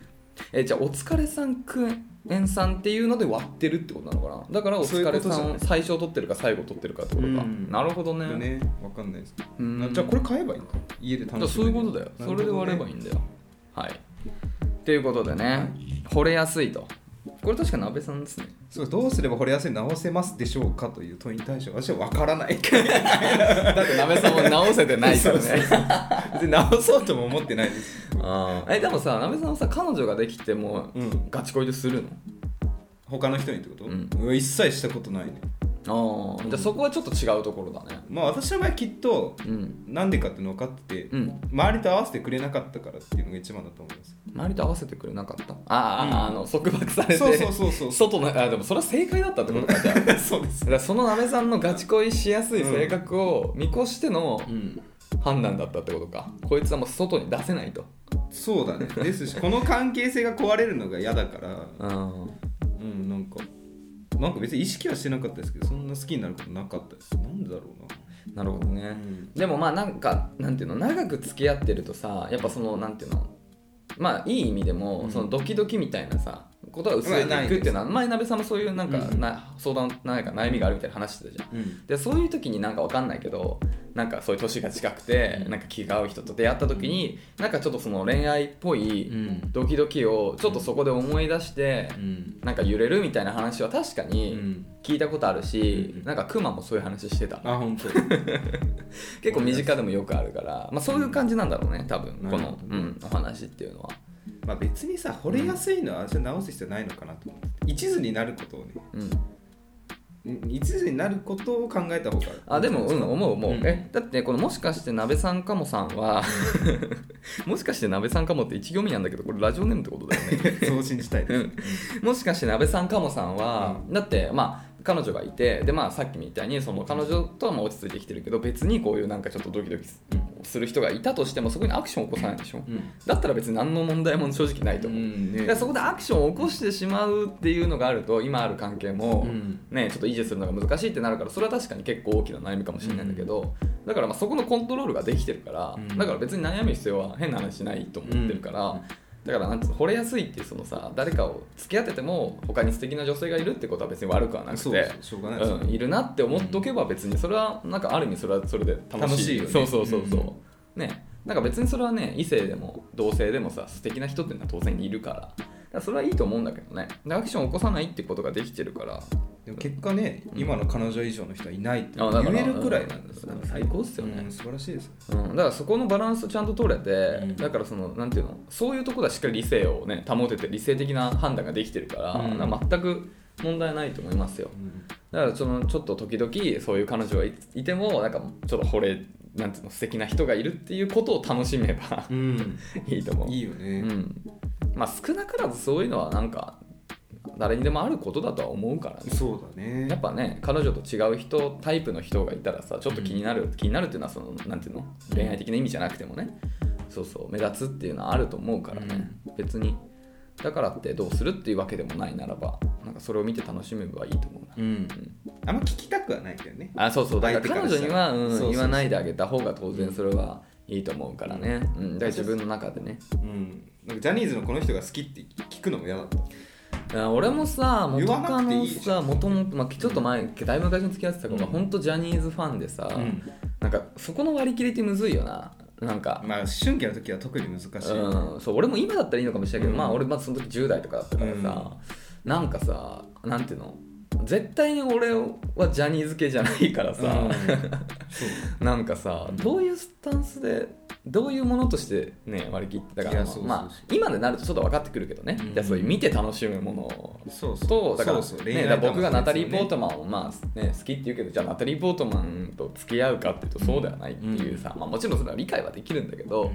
S2: えじゃあお疲れさんクエン酸っていうので割ってるってことなのかなだからお疲れさ
S1: そういうんこと
S2: を
S1: じ
S2: 最初取ってるか最後取ってるかってことか
S1: うん
S2: なるほどね
S1: ねわかんないですけど
S2: うん
S1: あじゃあこれ買えばいいの家で楽し
S2: だから
S1: む
S2: そういうことだよそれで割ればいい
S1: い
S2: んだよはいっていうことでね惚れやすいとこれ確か鍋さんですね
S1: そうどうすれば惚れやすい直せますでしょうかという問いに対して私は分からない
S2: だって鍋さんも直せてないか ら
S1: そう
S2: ね
S1: 別に直そうとも思ってないです
S2: あーえでもさ鍋さんはさ彼女ができても
S1: うん
S2: ガチ恋でするの
S1: 他の人にってこと、
S2: うん
S1: うん一切したことないね
S2: ああ、じゃあそこはちょっと違うところだね
S1: まあ私の場合きっと
S2: うん
S1: なんでかっていうの分かってて、
S2: うん
S1: 周りと合わせてくれなかったからっていうのが一番だと思います
S2: 周りと合わせてくれなかったああ、あああの束縛されて
S1: そうそうそうそう
S2: 外のあでもそれは正解だったってことか じゃあだ か
S1: そうです
S2: らそのなめさんのガチ恋しやすい性格を見越しての
S1: うん
S2: 判断だったってことか、こいつはもう外に出せないと
S1: そう だねですしこの関係性が壊れるのが嫌だから
S2: うん
S1: うんなんかなんか別に意識はしてなかったですけどそんな好きになることなかったですなんでだろ
S2: なるほど
S1: うな、
S2: ねでもまあなんかなんていうの長く付き合ってるとさやっぱそのなんていうのまあいい意味でも、
S1: うん
S2: そのドキドキみたいなさことは薄れてい
S1: まあない
S2: く
S1: です
S2: っていうのは前鍋さんもそういうなんか、
S1: うん
S2: な相談なんか悩みがあるみたいな話してたじゃん
S1: うん
S2: でそういう時になんかわかんないけどなんかそういう年が近くてなんか気が合う人と出会った時になんかちょっとその恋愛っぽい
S1: ん
S2: ドキドキをちょっとそこで思い出して
S1: うん
S2: なんか揺れるみたいな話は確か
S1: う
S2: に
S1: ん
S2: 聞いたことあるし
S1: うん
S2: なんかクマもそういう話してた
S1: あ本当。
S2: 結構身近でもよくあるから、まあ、そういう感じなんだろうね多分
S1: な
S2: こ
S1: るほど、
S2: のうん、お話っていうのは、
S1: まあ別にさ惚れやすいのは私は直す必要ないのかなと思って一途になることをね
S2: うん、
S1: うん一途になることを考えた方が
S2: あでもうん思う思う、
S1: うん
S2: えだってこのもしかして鍋さんかもさんは もしかして鍋さんかもって一行目なんだけどこれラジオネームってことだよね
S1: そう信じたいです、
S2: うんもしかして鍋さんかもさんは、だってまあ彼女がいてでまあさっきみたいにその彼女とはまあ落ち着いてきてるけど別にこういうなんかちょっとドキドキすする人がいたとしてもそこにアクションを起こさないでし
S1: う
S2: ょ
S1: ん
S2: だったら別に何の問題も正直ないと思う、
S1: ん
S2: だ
S1: ね
S2: からそこでアクションを起こしてしまうっていうのがあると今ある関係も、ね、ちょっと維持するのが難しいってなるからそれは確かに結構大きな悩みかもしれないんだけど、だからまあそこのコントロールができてるから、
S1: うん
S2: だから別に悩む必要は変な話ないと思ってるから、
S1: うん
S2: だからなんつうの惚れやすいっていうそのさ誰かを付き合ってても他に素敵な女性がいるってことは別に悪くはなくて
S1: そうそうしょうがないですよ
S2: うん、いるなって思っとけば別にそれはなんかある意味それはそれで楽しい
S1: 楽しいよね
S2: そうそうそうそう、ねなんか別にそれはね異性でも同性でもさ素敵な人っていうのは当然いるからだからそれはいいと思うんだけどねでアクションを起こさないってことができてるから
S1: でも結果ね、今の彼女以上の人はいないって
S2: あだから
S1: 言えるくらいなんですよ
S2: うん最高っすよね
S1: うん素晴らしいです
S2: うん、だからそこのバランスちゃんと取れて、
S1: ん
S2: だからそのなんていうのそういうところはしっかり理性をね保てて理性的な判断ができてるから,、
S1: うん
S2: 全く問題ないと思いますよだからそのちょっと時々そういう彼女がいいてもなんかちょっと惚れなんていうの素敵な人がいるっていうことを楽し めば
S1: うん、
S2: いいと思う
S1: いいよね、
S2: うん、まあ少なからずそういうのはなんか誰にでもあることだとは思うからね
S1: そうだね
S2: やっぱね彼女と違う人タイプの人がいたらさちょっと気になる、気になるっていうのはそのなんていうの恋愛的な意味じゃなくてもねそうそう目立つっていうのはあると思うからね、別にだからってどうするっていうわけでもないならばなんかそれを見て楽しめばいいと思うな、
S1: うん
S2: ん、
S1: あんま聞きたくはないけどね
S2: あそうそうだか
S1: 相
S2: ら
S1: 手から
S2: 彼
S1: した
S2: 女
S1: ら
S2: には、う
S1: そ
S2: ん
S1: うそうそう
S2: 言わないであげた方が当然それはいいと思うからね、うん、だから自分の中でね
S1: うんなんかジャニーズのこの人が好きって聞くのも嫌だった
S2: いや俺もさ元
S1: 言わ
S2: カ
S1: なくてい
S2: ノ
S1: いじゃ
S2: さもともと、まあ、ちょっと前だいぶ昔に付き合ってた子が
S1: うん
S2: 本当ジャニーズファンでさ、なんかそこの割り切りってむずいよななんか、
S1: まあ思春期の時は特に難しい、
S2: うん、そう俺も今だったらいいのかもしれないけど、
S1: うん
S2: まあ俺まずその時10代とかだったからさ、なんかさなんていうの絶対に俺はジャニーズ系じゃないからさ、
S1: うん
S2: なんかさどういうスタンスでどういうものとしてね割り切ってだか
S1: い
S2: ら
S1: やそうそうそう
S2: まあ今でなるとちょっと分かってくるけどね、
S1: うん
S2: じゃあそういう見て楽しむもの
S1: そうそう
S2: とだから
S1: そうそう
S2: ねだから僕がナタリー・ポー
S1: ト
S2: トマンをまあね好きって言うけどじゃあナタリー・ポートマンと付き合うかっていうとそうではないっていうさまあもちろんそれは理解はできるんだけど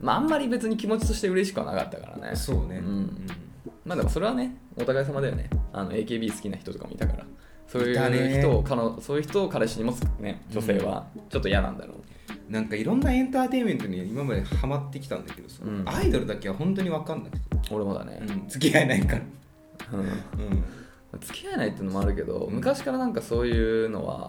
S2: まああんまり別に気持ちとして嬉しくはなかったからね
S1: そうね、
S2: うんまあでもそれはねお互い様だよねあの AKB 好きな人とかもいたからそうい
S1: いた
S2: う
S1: ね
S2: 人を彼女そういう人を彼氏に持つね女性はちょっと嫌なんだろう、
S1: なんかいろんなエンターテインメントに今までハマってきたんだけどさ、
S2: うん
S1: アイドルだけは本当に分かんなくて、
S2: 俺もだね、
S1: 付き合えないから、
S2: うん
S1: うん、
S2: 付き合えないっていうのもあるけど昔からなんかそういうのは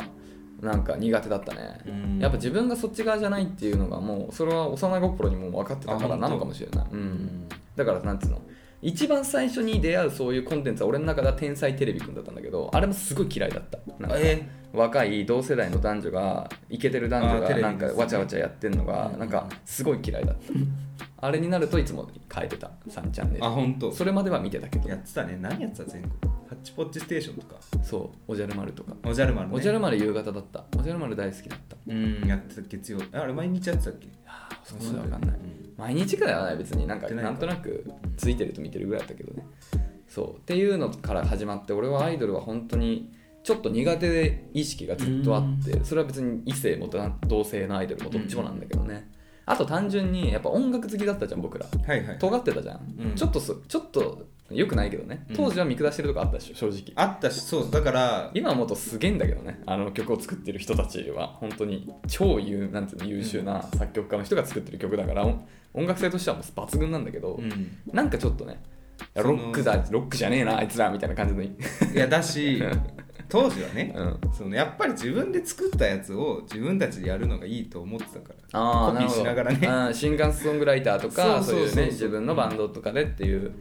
S2: なんか苦手だったね、
S1: うん
S2: やっぱ自分がそっち側じゃないっていうのがもうそれは幼い心にも分かってたからなのかもしれない、うん、だからなんつうの一番最初に出会うそういうコンテンツは俺の中では「天才テレビくん」だったんだけどあれもすごい嫌いだったなんか
S1: え
S2: 若い同世代の男女がイケてる男女
S1: あーテレ
S2: が
S1: ビ
S2: なんか
S1: ですね
S2: わちゃわちゃやってんのが
S1: うん
S2: なんかすごい嫌いだった あれになるといつも変えてた3チャンネ
S1: あ
S2: ル
S1: 本当
S2: それまでは見てたけど
S1: やってたね何やってた全国ハッチポッチステーションとか
S2: そうおじゃる丸とか
S1: おじゃる丸ね
S2: おじゃる丸夕方だったおじゃる丸大好きだった
S1: うんやってた月曜ああれ毎日やってたっけ
S2: ああそこまでわかんない
S1: うん
S2: 毎日くらいはない別になんか
S1: やってない
S2: な
S1: か
S2: んとなくついてると見てるぐらいだったけどねそうっていうのから始まって俺はアイドルは本当にちょっと苦手で意識がずっとあってそれは別に異性もだ同性のアイドルもどっちもなんだけどねあと単純にやっぱ音楽好きだったじゃん僕ら
S1: はいはい
S2: 尖ってたじゃん、
S1: うん
S2: ちょっとそちょっとよくないけどね
S1: うん
S2: 当時は見下してるとこあったでしょ正直
S1: あったしそうだから
S2: 今思うとすげえんだけどねあの曲を作ってる人たちは本当に超優なんていうの優秀な作曲家の人が作ってる曲だから、音音楽性としてはもう抜群なんだけど、
S1: うん
S2: なんかちょっとねいや
S1: そ
S2: ロ
S1: の
S2: ックだロックじゃねえなあいつらみたいな感じの、う
S1: いやだし 当時はね
S2: ん、
S1: そのやっぱり自分で作ったやつを自分たちでやるのがいいと思ってたから
S2: あー
S1: コピーしながらね
S2: あ ーシンガーソングライターとか
S1: そ
S2: そうう
S1: そうそう
S2: いうね自分のバンドとかでっていう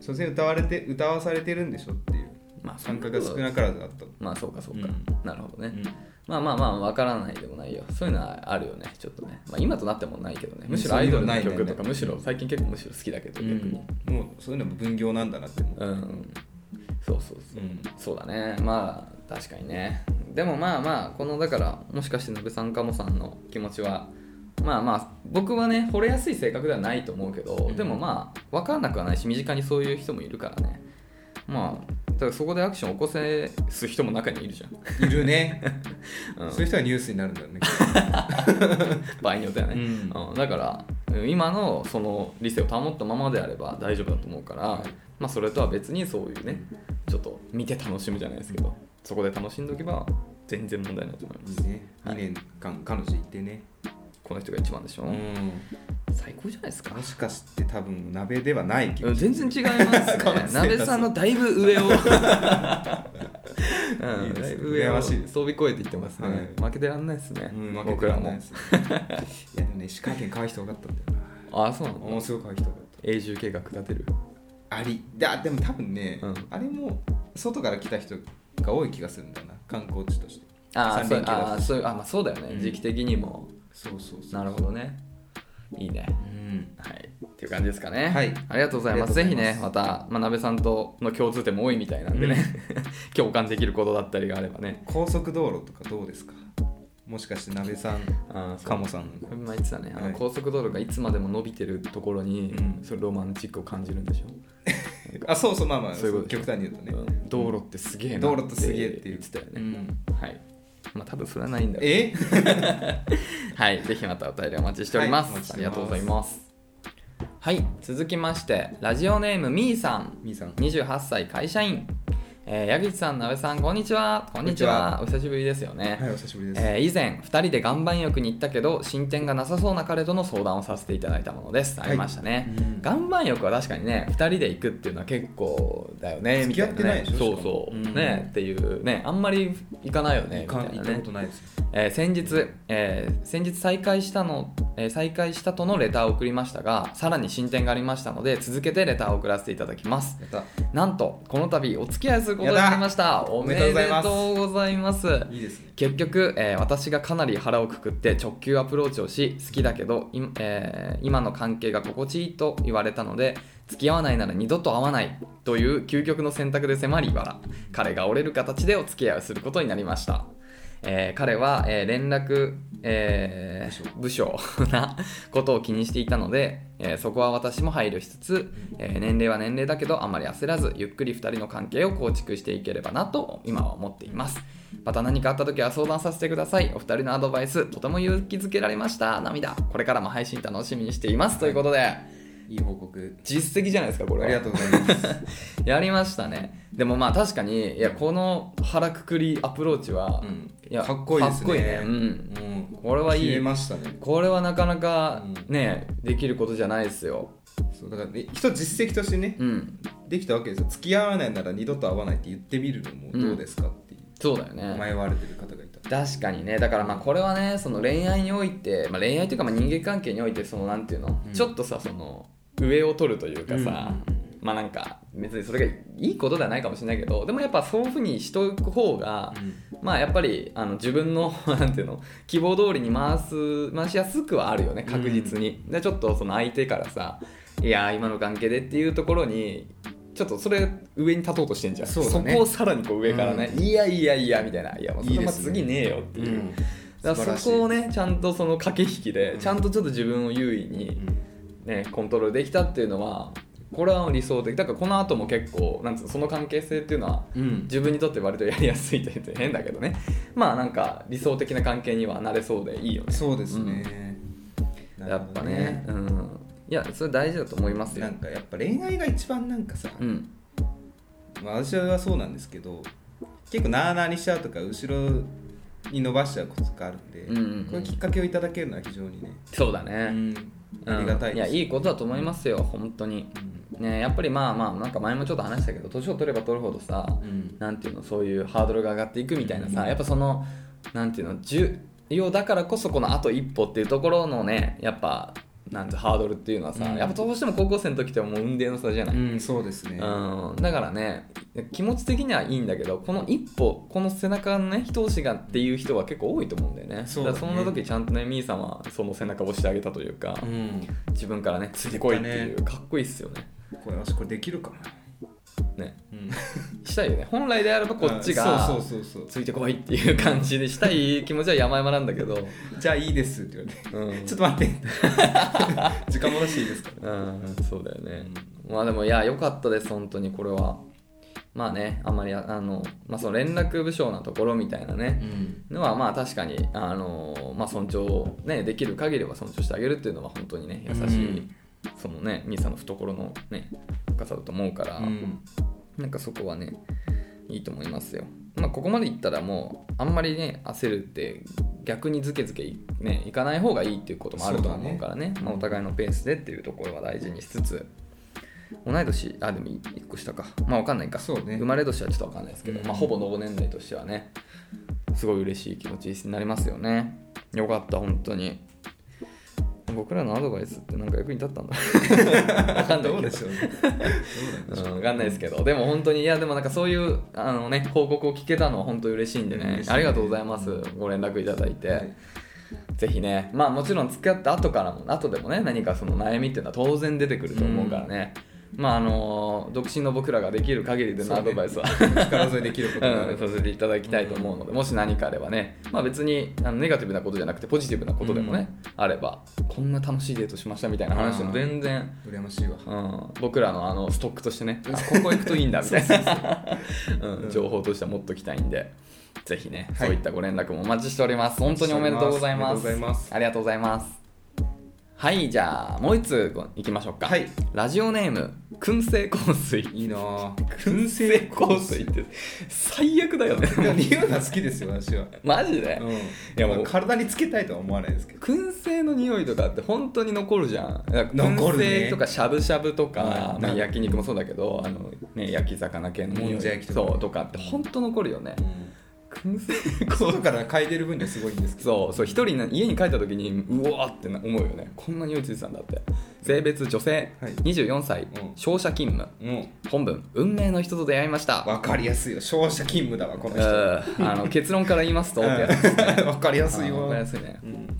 S1: 所詮歌われて歌わされてるんでしょっていう
S2: まあ
S1: 感覚が少なからずだったの
S2: まあそうかそうか、
S1: う
S2: なるほどね、
S1: うん
S2: まあまあまあ分からないでもないよそういうのはあるよねちょっとね、まあ、今となってもないけどねむしろアイドルの曲とかむしろ最近結構むしろ好きだけど逆に
S1: もうそういうのも分業なんだなって思う
S2: うん、そうそうそう、
S1: うん
S2: そうだねまあ確かにねでもまあまあこのだからもしかしてのべさんかもさんの気持ちはまあまあ僕はね惚れやすい性格ではないと思うけど、
S1: ん
S2: でもまあ分からなくはないし身近にそういう人もいるからねまあだからそこでアクションを起こせす人も中にいるじゃん
S1: いるね、
S2: うん
S1: そういう人がニュースになるんだよ ね
S2: 場合によってはね、
S1: うん
S2: うんだからうん今のその理性を保ったままであれば大丈夫だと思うから、
S1: はい
S2: まあ、それとは別にそういうねちょっと見て楽しむじゃないですけどそこで楽しんでおけば全然問題ないと思いま
S1: い
S2: す
S1: いね
S2: は
S1: 2
S2: い
S1: 年間彼女いてね、
S2: この人が一番でしょ、
S1: うん
S2: 最高じゃないですか
S1: もしかして多分鍋ではないけど、
S2: うん全然違いま
S1: このステ
S2: す
S1: ータ
S2: ね
S1: ス
S2: 鍋さんのだいぶ 上をうん
S1: いいですね
S2: だいぶ上
S1: 羨
S2: を
S1: ま
S2: 装
S1: しいです
S2: 備越えていってますね、
S1: はい
S2: 負けてらんないですね、
S1: うん負け
S2: 僕
S1: て
S2: ら
S1: らんない
S2: も
S1: ですね いやでもね石川県可愛い人多かったんだよ
S2: ああそうなん
S1: なも
S2: だ
S1: のすごく可愛い人多かっ
S2: 永住計画立てる
S1: たありだでも多分ね、
S2: うん
S1: あれも外から来た人が多い気がするんだよな観光地として
S2: あー
S1: 三
S2: そう
S1: 連休だった
S2: あーそうあ、まあ、そうだよね、
S1: うん
S2: 時期的にも
S1: そうそうそう
S2: なるほどねいいね
S1: うん
S2: はいっていう感じですかね
S1: はい
S2: ありがとうございます
S1: あ
S2: ぜ
S1: りがと
S2: ひ
S1: うござい
S2: ねまた、まあ、鍋さんとの共通点も多いみたいなんでね、共感できることだったりがあればね
S1: 高速道路とかどうですかもしかして鍋さん
S2: あーそう
S1: カモさん
S2: これ前言ってたねあの
S1: はい
S2: 高速道路がいつまでも伸びてるところに、
S1: うん
S2: それロマンチックを感じるんでしょ、
S1: あそうそうまあまあ
S2: そういうことでしょ
S1: 極端に言うとね、
S2: うん道路ってすげえな
S1: 道路ってすげえってい
S2: 言っ
S1: う
S2: てたよね、
S1: うん
S2: はいまあ多分それはないんだけど
S1: え
S2: はい、ぜひまたお便りお待ちしておりま
S1: はい
S2: す。
S1: お待ちしてます
S2: ありがとうございます。はい、続きまして、ラジオネームみーさん、
S1: みーさん
S2: 28歳会社員。えー、矢口さん、なべさん、こんにちは。こんにちは。お久しぶりですよね。
S1: はいお久しぶりです、
S2: えー以前2人で岩盤浴に行ったけど進展がなさそうな彼との相談をさせていただいたものです
S1: はい
S2: ありましたね、
S1: うん
S2: 岩盤浴は確かにね2人で行くっていうのは結構だよね
S1: 付
S2: み
S1: き合
S2: たい
S1: っ
S2: な
S1: てない
S2: ね
S1: でしょ
S2: そうそう、
S1: しかも
S2: ねっていうねあんまり行かないよねみたいなね
S1: ないですよ
S2: えー先日、えー先日再開したの、えー再開したとのレターを送りましたがさらに進展がありましたので続けてレターを送らせていただきます
S1: やっ
S2: なんとこの度お付き合いすることになりましたおめ
S1: め
S2: で
S1: でと
S2: とうございます
S1: たいいですね
S2: 結局、えー私がかなり腹をくくって直球アプローチをし好きだけど、いえー今の関係が心地いいと言われたので付き合わないなら二度と会わないという究極の選択で迫りら彼が折れる形でお付き合いをすることになりました、えー彼は、えー連絡、えー部署なことを気にしていたので、えーそこは私も配慮しつつ、えー年齢は年齢だけどあまり焦らずゆっくり2人の関係を構築していければなと今は思っていますまた何かあった時は相談させてくださいお二人のアドバイスとても勇気づけられました涙これからも配信楽しみにしていますということで
S1: いい報告
S2: 実績じゃないですかこれ
S1: あ
S2: は
S1: りがとうございます
S2: やりましたねでもまあ確かにいやこの腹くくりアプローチは、
S1: うん
S2: や
S1: かっこいいですね
S2: かっこいいねうん
S1: もう
S2: これはいい
S1: 消えましたね
S2: これはなかなか
S1: うん
S2: ね、できることじゃないですよ
S1: そうだから、ね、一実績としてね
S2: うん
S1: できたわけですよ付き合わないなら二度と会わないって言ってみるのもどうですかっていう、
S2: そうだよね
S1: 迷われてる方がいたら
S2: 確かにねだからまあこれはねその恋愛において、まあ、恋愛というかまあ人間関係においてそのなんていうの、
S1: うん
S2: ちょっとさその上を取るというかさ、
S1: うん
S2: まあなんか別にそれがいいことではないかもしれないけどでもやっぱそういうふうにしとく方が、まあやっぱりあの自分の なんていうの希望通りに回す回しやすくはあるよね確実に、でちょっとその相手からさ「いやー今の関係で」っていうところにちょっとそれ上に立とうとしてんじゃん
S1: そうだね
S2: こをさらにこう上からね、いやいやいやみたいないやもうそれ
S1: いいで
S2: ます
S1: ね
S2: 次ねえよっていう
S1: うん素
S2: だか
S1: 晴
S2: ら
S1: らしい
S2: そこをねちゃんとその駆け引きで
S1: うん
S2: ちゃんとちょっと自分を優位に、ね、コントロールできたっていうのはこれは理想的だからこの後も結構なんつうのその関係性っていうのは
S1: うん
S2: 自分にとって割とやりやすいと言って変だけどねまあなんか理想的な関係にはなれそうでいいよね
S1: そうですね、な
S2: や
S1: る
S2: っ
S1: ほ
S2: ぱ
S1: ど
S2: ねうんいやそれ大事だと思いますよ
S1: なんかやっぱ恋愛が一番なんかさ、
S2: うん
S1: まあ、私はそうなんですけど結構なあなあにしちゃうとか後ろに伸ばしちゃうこととかあるんで、
S2: うんうんうん
S1: こういうきっかけをいただけるのは非常にね、
S2: そうだ
S1: う
S2: ね、
S1: んありがたい
S2: うんい
S1: で
S2: や
S1: す
S2: いいことだと思いますよ本当にねやっぱりまあまあなんか前もちょっと話したけど年を取れば取るほどさ
S1: うん
S2: なんていうのそういうハードルが上がっていくみたいなさやっぱそのなんていうの重要だからこそこのあと一歩っていうところのねやっぱなんてハードルっていうのはさ、
S1: うん
S2: やっぱどうしても高校生の時ってもう運命の差じゃない、
S1: うんそうですね、
S2: うん、だからね気持ち的にはいいんだけどこの一歩この背中のね一押しがっていう人は結構多いと思うんだよね
S1: そうだね
S2: からそんな時ちゃんとねみーさんはその背中を押してあげたというか、
S1: うん
S2: 自分からねついてこいっていうかっこいいっすよね
S1: これ私これできるかな、
S2: ね
S1: うん、
S2: したいよね本来であればこっちが
S1: そうそうそうそ
S2: ついてこいっていう感じでしたい気持ちは山々なんだけど、
S1: うじゃあいいですって言われて
S2: うん、
S1: ちょっと待って時間戻していいですか
S2: うんそうだよね、まあでもいや良かったです本当にこれはまあねあんまりあの、まあ、その連絡部署なところみたいなね、
S1: ん
S2: のはまあ確かに、あのーまあ、尊重、ね、できる限りは尊重してあげるっていうのは本当にね優しい、
S1: うん
S2: そのねミーさんの懐のね深さだと思うから、
S1: うん
S2: なんかそこはねいいと思いますよ。まあ、ここまでいったらもうあんまりね焦るって逆にずけずけい,、ね、いかない方がいいっていうこともあるとは思うからねまあ、お互いのペースでっていうところは大事にしつつ同い年あでも1個下かまあわかんないか
S1: そうね
S2: 生まれ年はちょっとわかんないですけど、
S1: うん
S2: まあ、ほぼ同年代としてはねすごい嬉しい気持ちになりますよねよかった本当に僕らのアドバイスってなんか役に立ったん だわかんない
S1: どう
S2: け
S1: で
S2: ど
S1: しょうねどうなんでしょう
S2: うん、わかんないですけどでも本当にいやでもなんかそういうあのね報告を聞けたのは本当に嬉しいんでね
S1: 嬉しいね
S2: ありがとうございますご連絡いただいて、
S1: はい
S2: ぜひねまあもちろん付き合った後からも後でもね何かその悩みっていうのは当然出てくると思うからね、まああの独身の僕らができる限りでのアドバイスは、
S1: 力添えできることがあ
S2: う
S1: れ
S2: ん
S1: ば
S2: させていただきたいと思うので、もし何かあればね、まあ、別にあのネガティブなことじゃなくてポジティブなことでもね、あればこんな楽しいデートしましたみたいな話でも全然
S1: 羨ましいわ
S2: うん、僕らのあのストックとしてねあここ行くといい んだみたいな うん情報としては持っときたいんでぜひね、
S1: はい
S2: そういったご連絡もお待ちしております本当におめでとうござい
S1: お
S2: ます
S1: めでとうございます
S2: ありがとうございますはいじゃあもう一ついきましょうか、
S1: はい
S2: ラジオネーム燻製香水
S1: いいなぁ
S2: 燻製香水って最悪だよ ね
S1: でも匂いが好きですよ私は、
S2: マジで、
S1: うん、い
S2: や
S1: や
S2: も
S1: も
S2: う
S1: う体につけたいとは思わないですけど
S2: 燻製の匂いとかって本当に残るじゃんだから
S1: 残
S2: 燻
S1: るね
S2: 製とかしゃぶしゃぶとか、
S1: はい
S2: まあ、焼肉もそうだけどあの、ね、焼き魚系の匂い
S1: もんじゃ焼きとか
S2: そうとかって本当残るよね燻製こ
S1: 外
S2: う
S1: から嗅いでる分にはすごいんですけど
S2: そうそう一人な家に帰った時にうわーってな思うよねこんな匂いついてたんだって性別女性、
S1: はい
S2: 24歳
S1: うん
S2: 商社勤務
S1: も
S2: 本文運命の人と出会いました
S1: う分かりやすいよ商社勤務だわこの
S2: うん
S1: 人
S2: あの結論から言いますとってやつですね
S1: 分かりやすい
S2: あーわ
S1: よ
S2: かりやすいね
S1: うん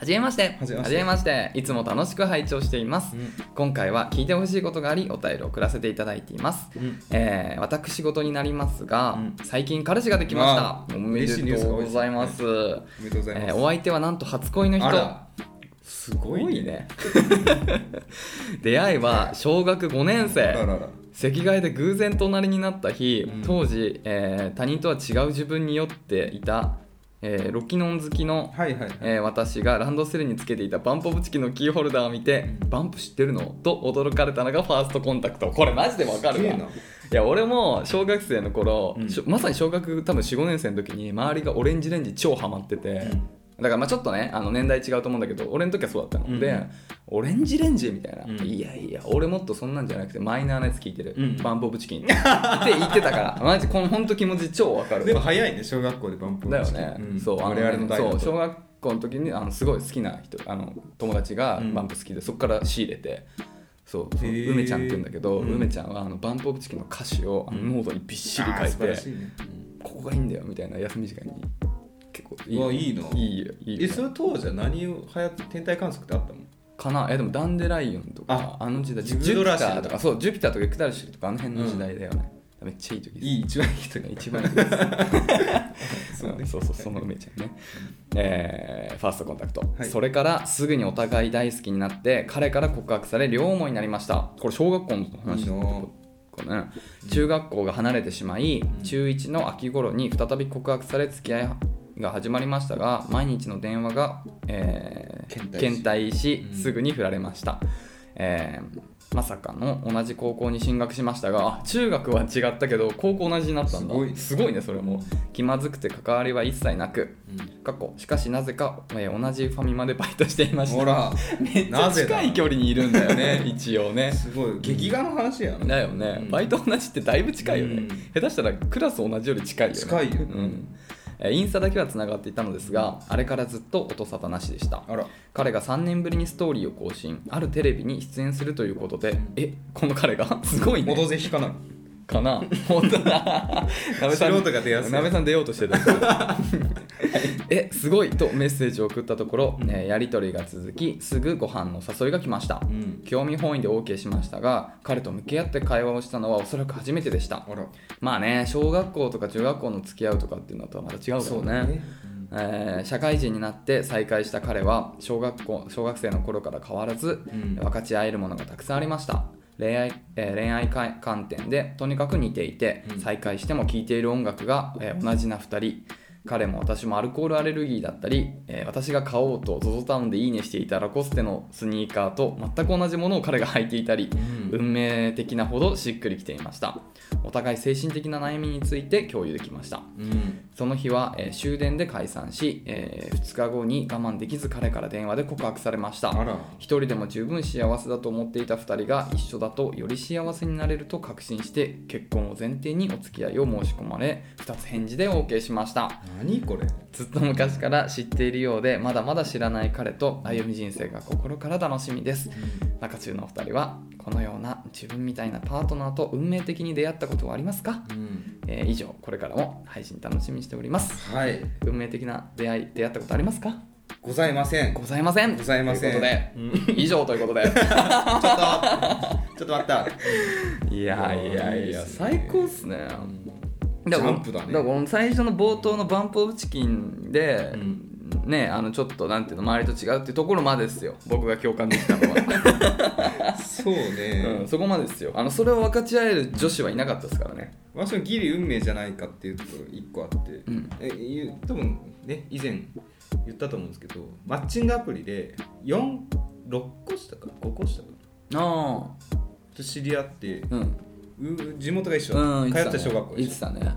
S2: はじめまして。
S1: はじめまして
S2: していつも楽しく拝聴しています。
S1: うん
S2: 今回は聞いてほしいことがあり、お便りを送らせていただいています。
S1: うん
S2: えー私事になりますが、
S1: うん
S2: 最近彼氏ができました
S1: わ。あ
S2: おめでとうございます。
S1: おめでとうござい
S2: え
S1: ま
S2: ー
S1: す、
S2: お相手はなんと初恋の人
S1: あ。ら
S2: す
S1: ごいね。
S2: 出会いは小学5年
S1: あら
S2: 生。
S1: らら
S2: 席替えで偶然隣になった日、
S1: うん
S2: 当時、えー他人とは違う自分に酔っていたえーロキノン好きの、
S1: はいはいはい、
S2: えー私がランドセルにつけていたバンプオブチキンのキーホルダーを見て「バンプ知ってるの?」と驚かれたのがファーストコンタクトこれマジでわか
S1: す
S2: る
S1: げえ
S2: わ
S1: ない
S2: や俺も小学生の頃、
S1: うん
S2: しょまさに小学多分45年生の時に周りがオレンジレンジ超ハマってて、
S1: うん
S2: だからまあちょっとねあの年代違うと思うんだけど俺の時はそうだったの、
S1: うん
S2: でオレンジレンジみたいな、
S1: うん
S2: いやいや俺もっとそんなんじゃなくてマイナーなやつ聞いてる、
S1: うん
S2: バンボブチキンって言ってたからマジこの本当気持ち超わかるわ
S1: でも早いね小学校でバンプ
S2: だよね、そうあの
S1: 我々の代だ
S2: そ
S1: と
S2: う小学校の時にあのすごい好きな人あの友達が
S1: うん
S2: バンプ好きで、そこから仕入れてそうそう
S1: へー
S2: 梅ちゃんって言うんだけど、
S1: うん
S2: 梅ちゃんはあのバンプオブチキンの歌詞をあの
S1: うん
S2: ノートにびっしり
S1: あー素
S2: 書い
S1: 晴
S2: て、
S1: らしいね
S2: ここがいいんだよみたいな休み時間に結構
S1: うわいいの
S2: いいよいい
S1: え
S2: よ
S1: その当時は何を流行って天体観測ってあったの
S2: かなえでもダンデライオンとかあの時代ジ
S1: ジ
S2: ュ
S1: ブド
S2: ピタ
S1: ラシー
S2: ーとかそうジュピターとかエクタルシーとかあの辺の時代だよね、めっちゃいい時です
S1: いい一番いい人が
S2: 一番いいです
S1: そ
S2: そう
S1: うね
S2: そうそうその梅ちゃんね、えーファーストコンタクト、
S1: はい
S2: それからすぐにお互い大好きになって彼から告白され両思いになりましたこれ小学校の
S1: い
S2: 話
S1: いなあ
S2: かね中学校が離れてしまい、中1の秋頃に再び告白され付き合いが始まりましたが毎日の電話が、えー
S1: 倦怠し
S2: 倦滞し
S1: うん
S2: すぐに振られました、えーまさかの同じ高校に進学しましたがあ中学は違ったけど高校同じになったんだ
S1: すごい
S2: すごいねそれも気まずくて関わりは一切なく過去しかしなぜか、えー同じファミマでバイトしていまし
S1: ほ
S2: た
S1: ら
S2: めっちゃ
S1: なぜだ
S2: 近い距離にいるんだよね一応ね
S1: すごい劇画の話やな
S2: だよね、
S1: うん
S2: バイト同じってだいぶ近いよね、
S1: うん
S2: 下手したらクラス同じより近いよね
S1: 近いよ
S2: うんえーインスタだけはつながっていたのですがあれからずっと音沙汰なしでした
S1: あら
S2: 彼が3年ぶりにストーリーを更新あるテレビに出演するということでえこの彼がすごい
S1: 元
S2: ね
S1: ぜひかな
S2: かな本当だ
S1: 素人が出やすい
S2: なべさん出ようとしてたえすごいとメッセージを送ったところ、えーやり取りが続きすぐご飯の誘いが来ました、
S1: うん
S2: 興味本位で OK しましたが彼と向き合って会話をしたのはおそらく初めてでした
S1: あら
S2: まあね小学校とか中学校の付き合うとかっていうのとはまた違うからねえー社会人になって再会した彼は小学校小学生の頃から変わらず、
S1: うん
S2: 分かち合えるものがたくさんありました恋愛,、えー恋愛か観点でとにかく似ていて、
S1: うん
S2: 再会しても聴いている音楽が、えー同じな2人彼も私もアルコールアレルギーだったり、えー私が買おうと ZOZO タウンでいいねしていたラコステのスニーカーと全く同じものを彼が履いていたり、
S1: うん
S2: 運命的なほどしっくりきていましたお互い精神的な悩みについて共有できました
S1: うん
S2: その日は、えー終電で解散し、え2日後に我慢できず彼から電話で告白されました
S1: あら
S2: 一人でも十分幸せだと思っていた2人が一緒だとより幸せになれると確信して結婚を前提にお付き合いを申し込まれ2つ返事で OK しました
S1: 何これ
S2: ずっと昔から知っているようでまだまだ知らない彼と歩み人生が心から楽しみです中中のお二人はこのような自分みたいなパートナーと運命的に出会ったことはありますか、
S1: うん
S2: えー以上これからも配信楽しみにしております
S1: はい
S2: 運命的な出会い出会ったことありますか
S1: ございま せん
S2: ございません
S1: ございません
S2: ということで、以上ということで
S1: ちょっとちょっと待 った
S2: いやいやいや最高っすね
S1: ジャンプだね
S2: からこの最初の冒頭の「バンプ・オブ・チキンで」
S1: うん
S2: ねあのちょっとなんていうの周りと違うっていうところまでですよ 僕が共感できたのは、
S1: そう
S2: う
S1: ね
S2: ん、そこまでですよあのそれを分かち合える女子はいなかったですからね
S1: わしのギリ運命じゃないかっていうと一個あって、
S2: ん
S1: えゆ多分ね以前言ったと思うんですけどマッチングアプリで46個下か5個下か
S2: あ
S1: と知り合って
S2: あうん
S1: う地元が一緒だ
S2: うん
S1: っ
S2: い
S1: た
S2: つ
S1: 通った小学校
S2: い
S1: 一緒
S2: つだね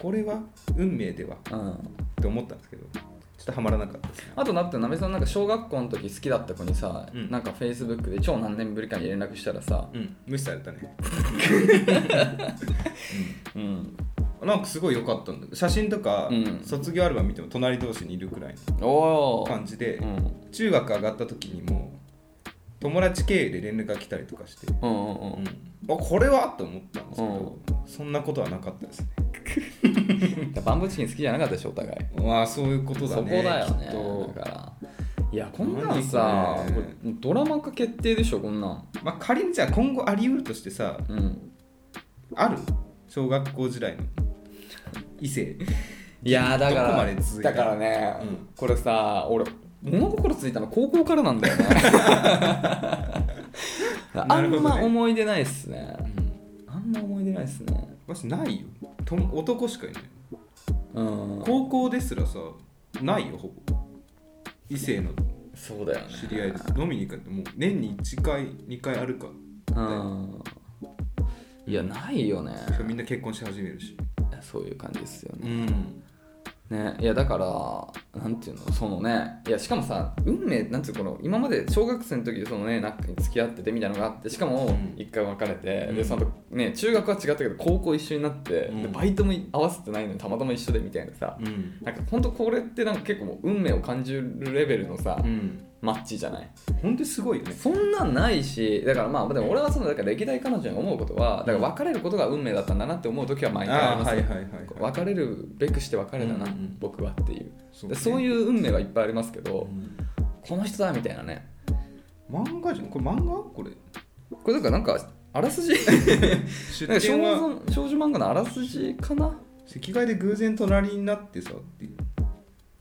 S1: これは運命では
S2: うん
S1: って思ったんですけどちょっとはまらなかったですね
S2: あとだってなべさんなんか小学校の時好きだった子にさ、
S1: うん
S2: なんかフェイスブックで超何年ぶりかに連絡したらさ、
S1: うん無視されたね
S2: うん、
S1: なんかすごい良かったんだ写真とか、
S2: うん
S1: 卒業アルバム見ても隣同士にいるくらい
S2: お
S1: の
S2: お、
S1: 感じで、
S2: うん、
S1: 中学上がった時にも友達経由で連絡が来たりとかして、
S2: うんうんうん
S1: うんあこれはと思ったんですけど、そんなことはなかったですね
S2: うんバンブーチキン好きじゃなかったでしょお互い
S1: まあそういうことだ
S2: そこ
S1: ね
S2: だよね
S1: きっと
S2: だからいやこんなんさ、
S1: 何これ
S2: これドラマ化決定でしょこんなん
S1: まあ仮にじゃあ今後あり得るとしてさ
S2: うん
S1: ある小学校時代の異性
S2: いやだか
S1: どこま
S2: ら
S1: で続いた
S2: だからね、
S1: うん
S2: これさ俺物心ついたの高校からなんだ よねあ
S1: なる
S2: ん
S1: ほどね
S2: ま思い出ないっすね
S1: うん
S2: あんま思い出ないっすね
S1: 私ないよと男しかいない
S2: うん
S1: 高校ですらさないよほぼ異性の
S2: そうだよね
S1: 知り合いです飲みに行くってもう年に1回2回あるか
S2: うんいやないよね
S1: しかもみんな結婚し始めるし
S2: そういう感じですよ
S1: う
S2: ね,、
S1: ん
S2: ねいやだからなんていうのそのねいやしかもさ運命なんていうのこの今まで小学生の時そのねなんか付き合っててみたいなのがあってしか
S1: う
S2: も
S1: ん
S2: 一回別れて、
S1: うん
S2: でそのね中学は違ったけど高校一緒になって、
S1: うん
S2: でバイトも合わせてないのにたまたま一緒でみたいなさ、
S1: うん
S2: なんか本当これってなんか結構もう運命を感じるレベルのさ、
S1: うん
S2: マッチじゃない
S1: 本当にすごいよね
S2: そんなんないしだからまあでも俺はそのだから歴代彼女に思うことはだから別れることが運命だったんだなって思う時は毎回あ
S1: あ
S2: り
S1: あ
S2: ます
S1: はい
S2: よ
S1: はいはいはい
S2: 別れるべくして別れたな、
S1: うんうん
S2: 僕はっていう
S1: そ
S2: でそう
S1: う
S2: いう運命はいっぱいありますけど、
S1: ねうん
S2: この人だみたいなね
S1: 漫画じゃんこれ漫画これ
S2: これだからなんかあら すじ
S1: 出
S2: なんか少
S1: 典は
S2: 女少女漫画のあらすじかな
S1: 席替えで偶然隣になってさっていう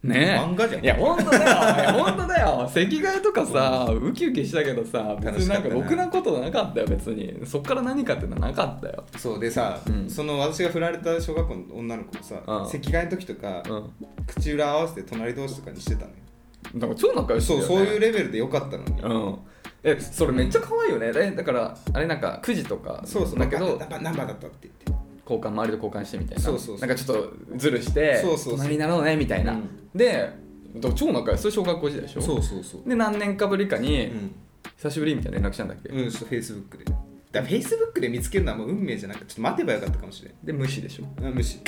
S2: ね
S1: 漫画じゃん
S2: えいや本当だよいや 本当だよ席替えとかさウキウキしたけどさ別になんかろ
S1: 楽
S2: く
S1: しかったな
S2: なことなかったよ別にそっから何かってのはなかったよ
S1: そうでさ、
S2: うん
S1: その私が振られた小学校の女の子もさ、
S2: うん
S1: 席替えの時とか、
S2: う
S1: 口裏合わせて隣同士とかにしてたのよ
S2: んなんか超仲良しだ
S1: そう
S2: よ、ね、
S1: そういうレベルでよかったのに、
S2: うんえそれめっちゃ可愛いよねえだからあれなんか9時とか
S1: そうそう
S2: だけど
S1: ナンバーナンバーだったって言っ
S2: 交換周りと交換してみたいな
S1: そうそうそう
S2: なんかちょっとズルして
S1: そうそうそう
S2: 隣になろうねみたいな、
S1: うん
S2: でだから超仲良いそれ小学校時代でしてょ
S1: そうそうそう
S2: で何年かぶりかに、
S1: うん、
S2: 久しぶりみたいな連絡したんだっけ、
S1: うん、ちょっとフェイスブックでだからフェイスブックで見つけるのはもう運命じゃなくてちょっと待てばよかったかもしれん
S2: で無視でしょ
S1: あ無 視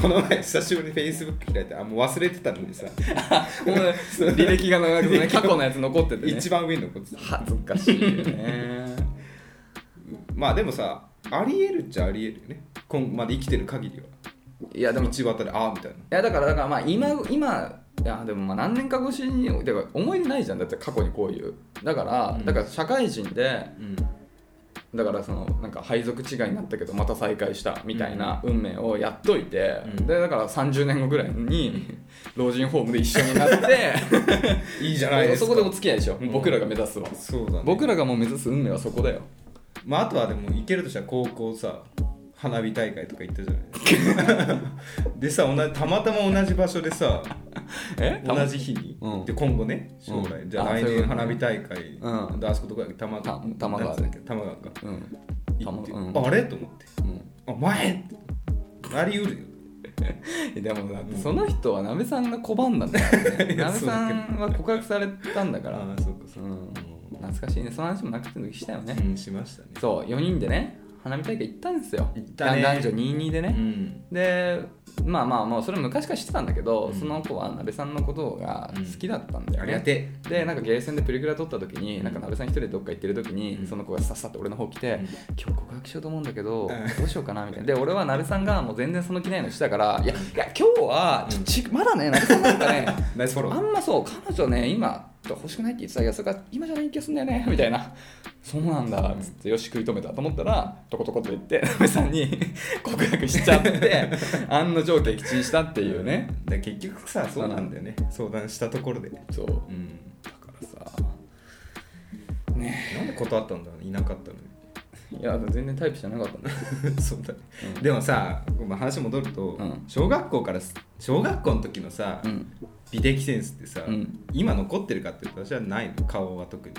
S1: この前久しぶりにフェイスブック開いてあもう忘れてたのにさ、
S2: もうね履歴が長く てね過去のやつ残ってて、ね、
S1: 一番上に残ってた
S2: 恥ずかしいよね
S1: まあでもさありえるっちゃありえるよね今まで生きてる限りはい
S2: やで
S1: 道
S2: もい
S1: 端でああみたいな
S2: やだからだからまあ今今いやでもまあ何年か越しにだから思い出ないじゃんだって過去にこういうだから、
S1: うん
S2: だから社会人で
S1: うん
S2: だからそのなんか配属違いになったけどまた再会したみたいな運命をやっといて、
S1: うん
S2: でだから30年後ぐらいに老人ホームで一緒になって
S1: いいじゃないです
S2: そ
S1: か
S2: こでお付き合いでしょ、
S1: うん
S2: 僕らが目指すは
S1: そうだね
S2: 僕らがもう目指す運命はそこだよ
S1: まああとはでも行けるとしたら高校さ花火大会とか行ったじゃない でさ同じたまたま同じ場所でさ
S2: え
S1: 同じ日に、
S2: うん
S1: で今後ね将来、
S2: うん
S1: じゃあ
S2: あ
S1: 来
S2: そうい
S1: 年
S2: うことね
S1: 花火大会、
S2: うん
S1: であそことか玉
S2: た
S1: 川
S2: 玉川で
S1: なんつうんだっけ玉川か
S2: うん
S1: 行って、
S2: 玉川うん
S1: あれと思って
S2: うん
S1: あ前ってなりうるよ
S2: えでもだってその人はなべさんが拒んだ んだからね
S1: いや
S2: なべさんは告白されたんだから
S1: ああそうかそううか
S2: ん懐かしいねその話もなくての時したよね、
S1: うん、うんしましたね
S2: そう4人でね花火大会行ったんですよ
S1: 行ったね
S2: 男女22でね、
S1: うん
S2: でまあまあもうそれ昔から知ってたんだけど、
S1: うん
S2: その子はなべさんのことが好きだったんだよね、
S1: ありがて
S2: でなんかゲーセンでプリクラ撮った時に、
S1: うん
S2: なんかなべさん一人でどっか行ってる時に、
S1: うん
S2: その子がさっさと俺の方来て、
S1: うん
S2: 今日告白しようと思うんだけど、
S1: うん
S2: どうしようかなみたいなで俺はなべさんがもう全然その気ないのしてたからいやいや今日はちょちまだねなべさんなんかね
S1: ナイスフォロ
S2: あ
S1: ー
S2: んまそう彼女ね今欲しくないって言ってたけどそれから今じゃない気がするんだよね みたいなそうなんだっつってよし食い止めたと思ったらとことこと言ってなべさんに 告白しち ゃって案の定撃沈したっていうね
S1: だから結局さそうなんだよね相談したところでね
S2: そう
S1: うん
S2: だからさね
S1: なんで断ったんだろうねいなかったの
S2: いや全然タイプじゃなかったんだ
S1: に そうだね、
S2: うん
S1: でもさ、まあ、話戻ると、
S2: うん
S1: 小学校からす小学校の時のさ、
S2: うん
S1: 美的センスってさ、
S2: うん
S1: 今残ってるかっていうと私はないの顔は特に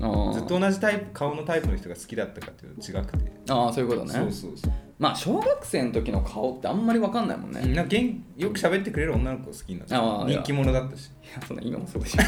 S2: あー
S1: ずっと同じタイプ顔のタイプの人が好きだったかっていうと違くて
S2: あーそういうことね
S1: そうそうそう
S2: まあ小学生の時の顔ってあんまり分かんないもんね、
S1: うん
S2: い
S1: なんか元よく喋ってくれる女の子を好きになっ
S2: あ
S1: た
S2: あいや
S1: 人気者だ ったし
S2: やそんな今もそうでしょ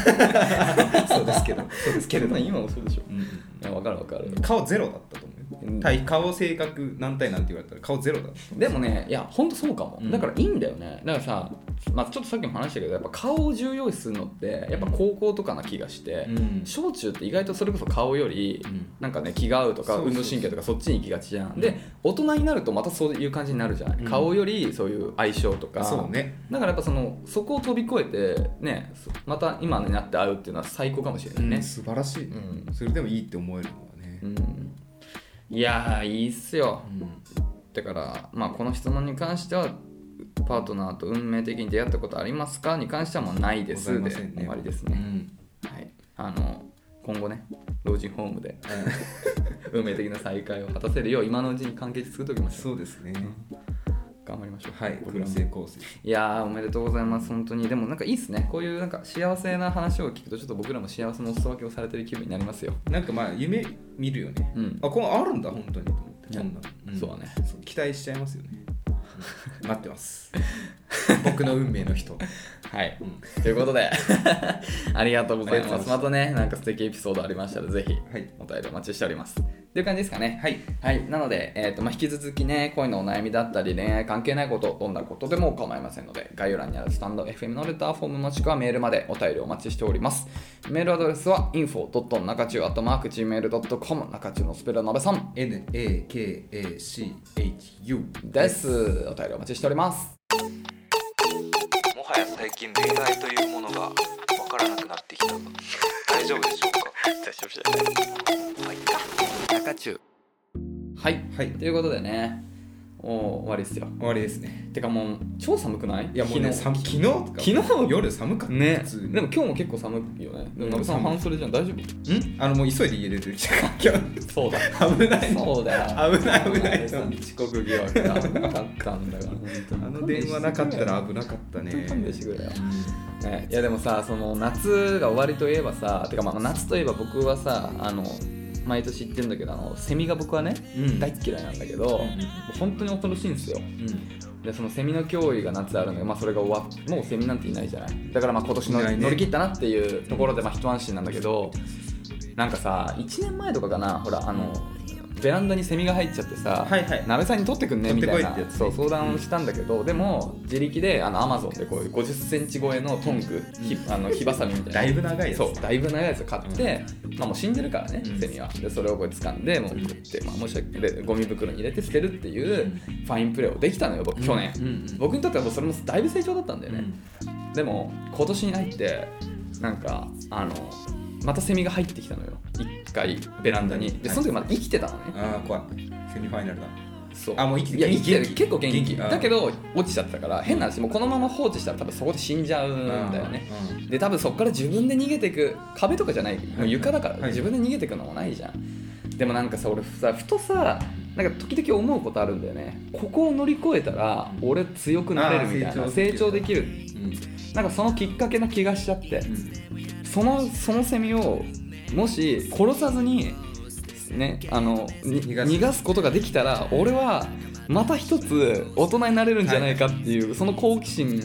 S1: そうですけどそうです けれ
S2: そん
S1: ど
S2: な
S1: も、
S2: 今もそうでしょ
S1: うん
S2: いや分かる分かる
S1: うん顔ゼロだったと思うよ、
S2: うん
S1: 対顔性格何対何って言われたら顔ゼロだった
S2: でもねいやほんとそうかも、
S1: うん
S2: だからいいんだよねだからさ、まあ、ちょっとさっきも話したけどやっぱ顔を重要視するのってやっぱ高校とかな気がして、
S1: ん
S2: 小中って意外とそれこそ顔より、
S1: うん
S2: なんかね気が合うと
S1: そ
S2: か
S1: うそうそう
S2: 運動神経とかそっちに行きがちじゃん、
S1: うん
S2: で大人になるとまたそういう感じになるじゃない、
S1: うん
S2: 顔よりそういう相性とか
S1: そうね
S2: だからやっぱそのそこを飛び越えてねそまた今になって会うっていうのは最高かもしれないね
S1: うん、素晴らしい、
S2: うん
S1: それでもいいって思えるのはね
S2: う、んいやーいいっすよ
S1: うん
S2: だから、まあ、この質問に関してはパートナーと運命的に出会ったことありますかに関してはもうないで
S1: ご
S2: す
S1: ざ
S2: で
S1: いませんね
S2: 終わりです
S1: う
S2: ね、
S1: ん
S2: はい、あの今後ね老人ホームで運命的な再会を果たせるよう今のうちに完結作っておきましょ
S1: そうですね、
S2: う頑張りましょう
S1: はい
S2: 僕ら
S1: 燻
S2: も
S1: 製香水
S2: いやーおめでとうございます本当にでもなんかいいっすねこういうなんか幸せな話を聞くとちょっと僕らも幸せのお裾分けをされてる気分になりますよ
S1: なんかまあ夢見るよね、
S2: うん
S1: あこのあるんだ本当にと思ってこんな、ん
S2: そうだね
S1: そう期待しちゃいますよねうん待ってます僕の運命の人、
S2: はい
S1: うん
S2: というこ とでありがとうござい
S1: ありがとうござい
S2: ま
S1: ますす
S2: またねなんか素敵エピソードありましたらぜひ
S1: はい
S2: お便りお待ちしておりますっていう感じですかね
S1: はい
S2: はい、なので、えーとまあ、引き続きね恋のお悩みだったり恋愛関係ないことどんなことでも構いませんので概要欄にあるスタンド FM のレターフォームもしくはメールまでお便りお待ちしておりますメールアドレスは info.nakachu.gmail.com 中中のスペルなべさん
S1: NAKACHU
S2: ですお便りお待ちしております
S3: もはや最近恋愛というものがわからなくなってきたが大丈夫でしょうか大丈夫じゃないまあいいか中中
S2: はい、
S1: はい
S2: ということでねもう終わりですよ
S1: 終わりですね
S2: てかもう超寒くない
S1: いやもうね
S2: 昨
S1: さ昨
S2: 日
S1: 日とか
S2: 昨日
S1: 夜寒かった
S2: ね
S1: 普通に
S2: でも今日も結構寒いよねでもなべさん半袖じゃん大丈夫
S1: んあのもう急いで家出てきた今日
S2: そうだ
S1: 危ない
S2: そうだよ。
S1: 危ない危ない
S2: 遅刻疑惑が危なかったんだから、本当
S1: あ
S2: に
S1: の電話なかったら危なかったね
S2: 勘弁してくれよ。ね、いやでもさその夏が終わりといえばさてかまあ夏といえば僕はさあの毎年言ってるんだけどあのセミが僕はね、
S1: うん
S2: 大っ嫌いなんだけど、
S1: ん
S2: 本当に恐ろしいんですよ
S1: うん
S2: でそのセミの脅威が夏あるので、まあ、それが終わっもうセミなんていないじゃないだからまあ今年の
S1: いないね
S2: 乗り切ったなっていうところでまあ一安心なんだけどなんかさ1年前とかかなほらあのベランダにセミが入っちゃってさ、
S1: はいはい
S2: 鍋さんに取ってくんねみ
S1: 取って
S2: た
S1: こい
S2: いな
S1: ってやつね
S2: そう相談をしたんだけど、でも自力であのアマゾンでこういう5 0ンチ超えのトング、ひあの火ばさみみたいな
S1: だいぶ長いやつ
S2: そうだいぶ長いやつ買って、まあもう死んでるからね、
S1: うん
S2: セミはでそれをこう掴んでもう食って、まあ、もしでゴミ袋に入れて捨てるっていうファインプレーをできたのよ僕去年、
S1: うんうん
S2: 僕にとってはもうそれもだいぶ成長だったんだよ
S1: う
S2: ね、
S1: ん
S2: でも今年に入ってなんかあのまたセミが入ってきたのよ一回ベランダにでその時まだ生きてたのね、
S1: ああ怖いセミファイナルだ
S2: そう
S1: あもう生きて
S2: いや
S1: 元気
S2: 生きてる
S1: 元気
S2: 結構元気
S1: 元気あー
S2: だけど落ちちゃったから変な話もうこのまま放置したら多分そこで死んじゃうんだよね
S1: うん
S2: で多分そこから自分で逃げていく壁とかじゃないもう床だから、
S1: はいはい
S2: 自分で逃げていくのもないじゃんでもなんかさ俺さふとさなんか時々思うことあるんだよねここを乗り越えたら俺強くなれるみたい
S1: あ
S2: な
S1: ー
S2: 成
S1: 成
S2: 長
S1: 長
S2: で
S1: で
S2: き
S1: き
S2: る
S1: うん
S2: なんかそのきっかけな気がしちゃって、そのそのセミをもし殺さずにねあのに逃
S1: 逃
S2: が
S1: がす
S2: すことができたら俺はまた一つ大人になれるんじゃないかっていう、その好奇心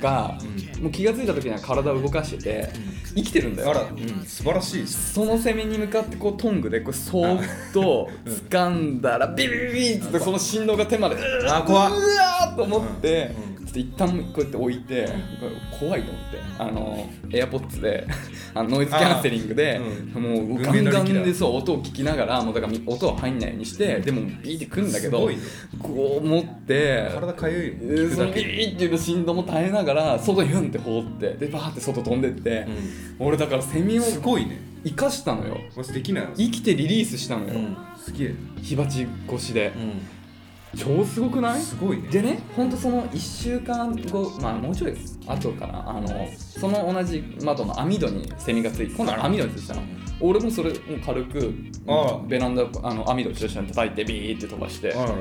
S2: が
S1: う
S2: もう気が付いた時には体を動かしてて生きてるんだよ
S1: あら、うん、素晴らしいです。
S2: そのセミに向かってこうトングでこうそーっと掴んだらビリビリビリってその振動が手までうわ
S1: あ、怖っ。
S2: ーっと思って
S1: うんうん
S2: ちょっと一旦こうやって置いて怖いと思ってあのエアポッツで あのノイズキャンセリングで
S1: あー
S2: も
S1: 文
S2: う
S1: 明の
S2: ガ
S1: 利器
S2: ン
S1: だ
S2: ガンでそう音を聞きながらもうだから音は入んないようにしてでもビーってくるんだけ
S1: す
S2: ど
S1: ごいね
S2: こう持って
S1: 体かゆいよ。
S2: え
S1: 聞く
S2: ーそ
S1: だ
S2: のビ
S1: け。
S2: リっていう振動も耐えながら外にフンって放ってでバーって外飛んでって、俺だからセミを
S1: すごいね。
S2: 生かしたのよ
S1: 私できないわ。
S2: 生きてリリースしたの
S1: う
S2: よ、
S1: ん。すげえ。
S2: 火鉢越しで、
S1: う
S2: 超すごくない
S1: すごいね。
S2: でねほんとその1週間後まあもうちょい後かなあのその同じ窓の網戸にセミがついて今度は網戸についてたの俺もそれもう軽く
S1: ああ
S2: ベランダあの網戸を中心に叩いてビーって飛ばして
S1: あららら。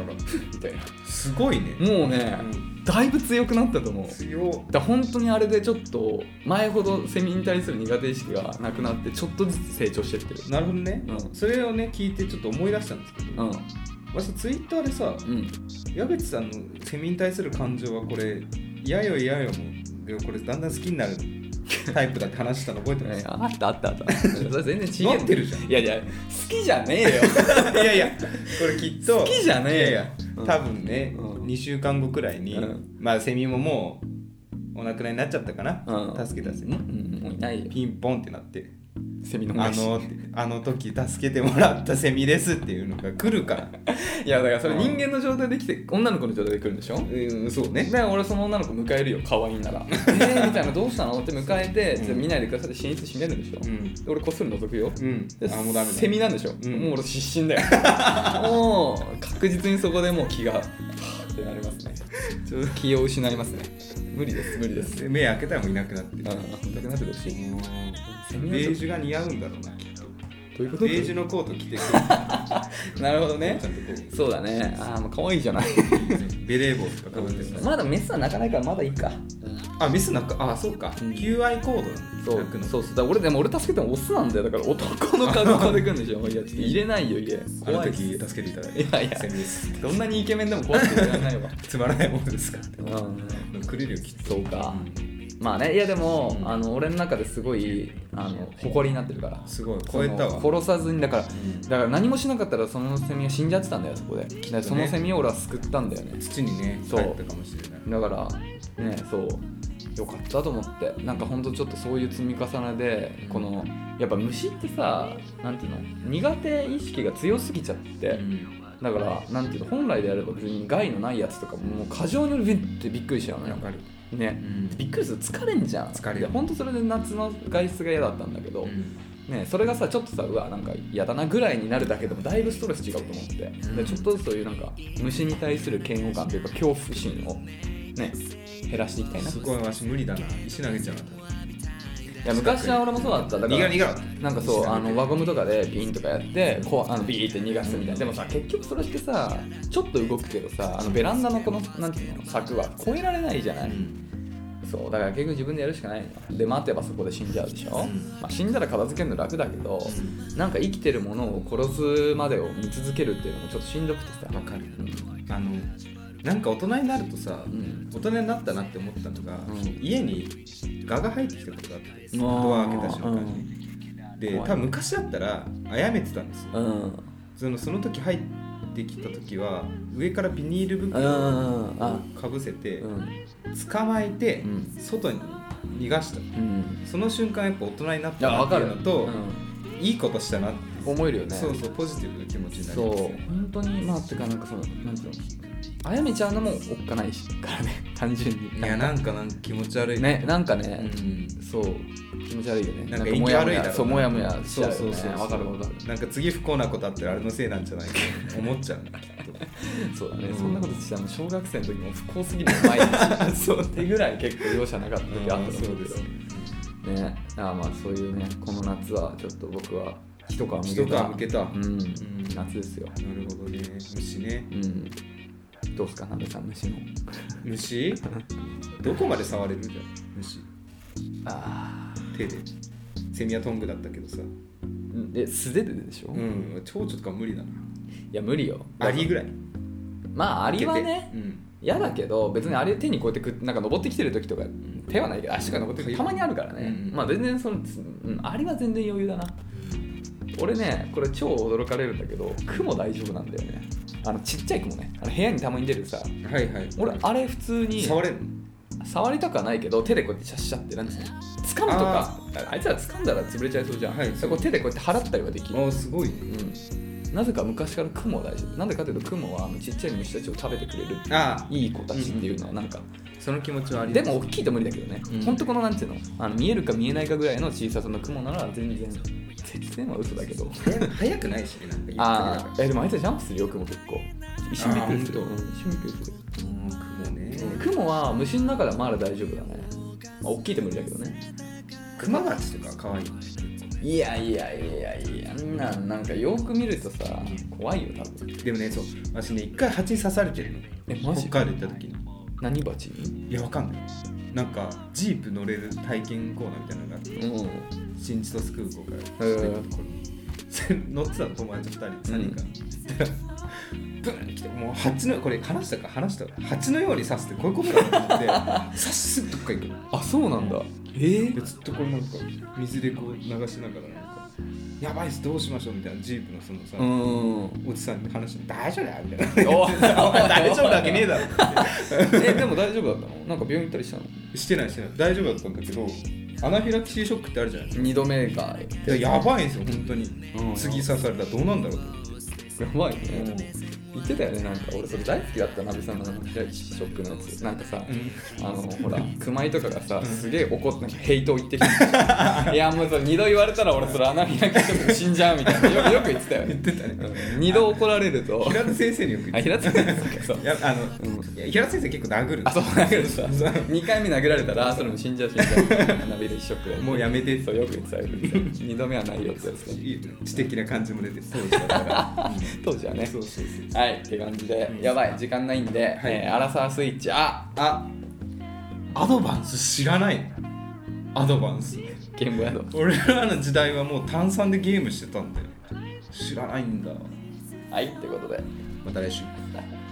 S2: みたいな
S1: すごいね。
S2: もうね、
S1: うん
S2: だいぶ強くなったと思う
S1: 強。
S2: だから本当にあれでちょっと前ほどセミに対する苦手意識がなくなってちょっとずつ成長してってる
S1: なるほどね
S2: うん。
S1: それをね、聞いてちょっと思い出したんですけ
S2: う
S1: ど、
S2: ん
S1: 私ツイッターでさ、
S2: うん
S1: 矢口さんのセミに対する感情はこれ、やよやよも、これだんだん好きになるタイプだって話したの覚えてます
S2: えあったあったあった それ全然違う
S1: 持ってるじゃん
S2: いやいや好きじゃねえよ
S1: いやいや、これきっと。
S2: 好きじゃねえよ
S1: いやいや
S2: うん
S1: 多分ね、
S2: うん
S1: 2週間後くらいに、
S2: うん
S1: まあセミももうお亡くなりになっちゃったかな、
S2: うん
S1: 助け出せ
S2: うんうんもういないよ
S1: ピンポンってなって
S2: セミの
S1: あ
S2: 虫
S1: のあの時助けてもらったセミですっていうのが来るから
S2: いやだからそれ
S1: うん
S2: 人間の状態できて女の子の状態で来るんでしょ
S1: うんそう
S2: だから俺その女の子迎えるよ可愛いな らえーみたいなどうしたのって迎えて
S1: うん
S2: じゃあ見ないでくださいって寝室閉めるんでしょ
S1: う
S2: で
S1: ん
S2: 俺こっそり覗くよ
S1: うん
S2: で
S1: あもうダメだ
S2: セミなんでしょ
S1: うん
S2: もう俺失神だよ もう確実にそこでもう気がはぁってなりますね
S1: ちょっ
S2: 気を失いますね無理です無理です
S1: と目開けたらもういなくなってる
S2: うんなくなってほしい
S1: うん
S2: セミの
S1: ベ
S2: 状
S1: ージュが似合うんだろうなきっと
S2: どういうこ
S1: ベージュのコート着てくるちゃん
S2: となるほどね
S1: とこ
S2: そうだねああもう可愛いじゃない
S1: うベレー帽とかかぶってる
S2: まだメスは鳴かないからまだいいか、
S1: あメスなんかあそうか
S2: うん
S1: 求愛コード
S2: そう
S1: なくの
S2: そうそうだから俺でも俺助けてもオスなんだよだから男の格好で来るん でしょいやちょっと入れないよ入れ
S1: あの
S2: 怖いっ
S1: 時
S2: す
S1: 助けていただい
S2: いや
S1: て
S2: いや
S1: 先日
S2: どんなにイケメンでも怖くて入れられ ないわ
S1: つまらないものですから
S2: うん
S1: くれるよきっと
S2: そうか、まあねいやでも、
S1: うん
S2: あの俺の中ですごいあの誇りになってるから
S1: すごい超えたわ
S2: その殺さずにだから
S1: うん
S2: だから何もしなかったらそのセミが死んじゃってたんだよそこでだからそのセミを俺は救ったんだよね
S1: 土にね帰
S2: そう
S1: ったかもしれない
S2: だからねそうよかったと思ってなんかほんとちょっとそういう積み重ねでこのやっぱ虫ってさなんていうの苦手意識が強すぎちゃって、だからなんていうの本来であれば別に害のないやつとかももう過剰に俺ビッてびっくりしちゃうのよ
S1: わかる
S2: ねびっくりする疲れんじゃん
S1: 疲れる
S2: でほんとそれで夏の外出が嫌だったんだけど、ね、それがさちょっとさうわなんか嫌だなぐらいになるだけでもだいぶストレス違うと思って、
S1: ん
S2: でちょっとずつそういうなんか虫に対する嫌悪感というか恐怖心をね減らしていきたいな
S1: す
S2: い
S1: ごいわし無理だな石投げちゃうな
S2: や昔は俺もそうだっただか
S1: 逃が逃
S2: ら
S1: が
S2: なんかそうあの輪ゴムとかでビーンとかやってこうあのビーって逃がすみたいなでもさ結局それってさちょっと動くけどさあのベランダのこのなんていうの柵は越えられないじゃない、そうだから結局自分でやるしかないので待てばそこで死んじゃうでしょ、
S1: うん
S2: まあ、死んだら片付けるの楽だけど、なんか生きてるものを殺すまでを見続けるっていうのもちょっとしんどくてさ
S1: わかるあのなんか大人になるとさ
S2: うん
S1: 大人になったなって思ったのが
S2: うん
S1: 家に蛾が入ってきたことがあって
S2: あー
S1: ドア開けた瞬間にで
S2: 怖い
S1: 多分昔だったらあやめてたんですよ
S2: うん
S1: そのその時入ってきた時は上からビニール
S2: うんうん
S1: 袋
S2: あ
S1: をかぶせて
S2: うん
S1: 捕まえて
S2: うん
S1: 外に逃がした
S2: うん
S1: その瞬間やっぱ大人になっ
S2: い
S1: た
S2: や
S1: な
S2: わ
S1: って
S2: か
S1: いう
S2: る
S1: のと、
S2: う
S1: いいことしたなって、
S2: ん思えるよね
S1: そうそうポジティブな気持ちになり
S2: そう
S1: ますね
S2: 本当にまあてかなんかそのなんていうのあやめちゃうのもおっかないしからね 単純に
S1: いやなんかなんか気持ち悪い
S2: ねなんか
S1: う
S2: ね、
S1: ん
S2: そう気持ち悪いよね
S1: なんか
S2: も
S1: 縁起
S2: や
S1: 悪いだ
S2: も
S1: ろう
S2: や
S1: な
S2: そうもやもやしちゃうよね
S1: そうそうそうそう
S2: わかるわかる
S1: なんか次不幸なことあったらあれのせいなんじゃないかと思っちゃうねきっと
S2: そうだね、
S1: うん
S2: そんなことしたの小学生の時も不幸すぎる毎 日そうってぐらい結構容赦なかった時あったと思うけどねああまあそういうねこの夏はちょっと僕は一皮むけ
S1: 人
S2: た
S1: が向けた、
S2: う、
S1: なん
S2: 夏ですよ
S1: るほどね虫ね
S2: うんどうすかなべさん虫の
S1: 虫 どこまで触れるんだよ虫
S2: ああ
S1: 手でセミはトングだったけどさ
S2: え素手ででしょ、
S1: う
S2: い
S1: ん蝶々とか無理だな
S2: や無理よ
S1: アリぐらい
S2: まあアリはね
S1: うん
S2: 嫌だけど別にあれ手にこうやってくっなんか登ってきてる時とか手はないけど足が登ってくるたまにあるからね、
S1: うん
S2: まあ全然その、うん、あれは全然余裕だな俺ねこれ超驚かれるんだけど雲大丈夫なんだよねあのちっちゃい雲ねあの部屋にたまに出るさ
S1: はいはい
S2: 俺あれ普通に
S1: 触れるの
S2: 触りたくはないけど手でこうやってシャッシャってなんつうの掴むとかあいつら掴んだら潰れちゃいそうじゃん、
S1: はい
S2: だからこう手でこうやって払ったりはできる
S1: あーすごいね
S2: うんなぜか昔から雲は大丈夫なぜかというと雲はあのちっちゃい虫たちを食べてくれる
S1: あ
S2: いい子たちっていうのはなんか、
S1: あその気持ちはあり
S2: でも大きいと無理だけどね、
S1: うん
S2: ほんとこのなんていうのあの見えるか見えないかぐらいの小ささの雲なら全然絶然は嘘だけど
S1: 早早くないしねなんか言
S2: あ
S1: っ
S2: あえでもあいつらジャンプするよ雲結構一瞬びっくりする
S1: あーほん
S2: 一瞬びっくりする
S1: てるうん雲ね
S2: 雲は虫の中ではまだ大丈夫だね、まあ、大きいと無理だけどね
S1: 熊鉢とか可愛い
S2: いやいやいやいやあんなんなんかよく見るとさ怖いよ多分
S1: でもねそう私ね一回蜂に刺されてるの
S2: えマジ
S1: 北海道行った時に
S2: 何鉢に
S1: いやわかんないなんかジープ乗れる体験コーナーみたいなのがあって
S2: うん
S1: 新千歳空港から
S2: へ
S1: 近い
S2: ー
S1: ところにそれ乗ってたの友達2人3人が、ブーン来てもう蜂のこれ話したか話した蜂のように刺すってこういうことだ と思って刺しすぐどっか行くの
S2: あそうなんだえー
S1: でずっとこれなんか水でこう流しながらなんか「やばいっすどうしましょう」みたいなジープのそのさ、
S2: うん
S1: おじさんに話して「大丈夫だよ」みたいな
S2: お
S1: お前 大丈夫なわけねえだろ」
S2: えでも大丈夫だったのなんか病院行ったりしたの
S1: してないしてない大丈夫だったんだけどアナフィラキシーショックってあるじゃないですか
S2: 2度目が
S1: いややばいんですよ本当に、
S2: うん
S1: 次刺されたらどうなんだろうと
S2: やばいね
S1: 思って
S2: 言ってたよねなんか俺それ大好きだったなべさんの平石ショックのやつなんかさ、あのほら熊井とかがさすげえ怒ってなんかヘイトを言 ってきていやもうそれ二度言われたら俺それ穴開けて死んじゃうみたいなよくよく言ってたよね
S1: 言ってたね
S2: うん二度怒られると
S1: 平田先生によく言
S2: あ
S1: って
S2: 平田先生かそう
S1: いやあの、いや平田先生結構殴るん
S2: あ
S1: です
S2: そ
S1: よ
S2: う殴るさ2回 目殴られたらあそれも死んじゃう死んじゃう鍋で一色だよ
S1: もうやめてって
S2: そうよく言ってたよ2度目はないよってやつね
S1: いいよね知的な感じも出て当時だから、
S2: 当時はね
S1: そうそうそう
S2: はいって感じで
S1: うん
S2: やばい時間ないんで、
S1: はい
S2: えーアラサースイッチあ
S1: あアドバンス知らないのアドバンス
S2: ゲームボーイアドバンス
S1: 俺らの時代はもう炭酸でゲームしてたんだよ知らないんだ
S2: はいってことで
S1: また来週
S2: はい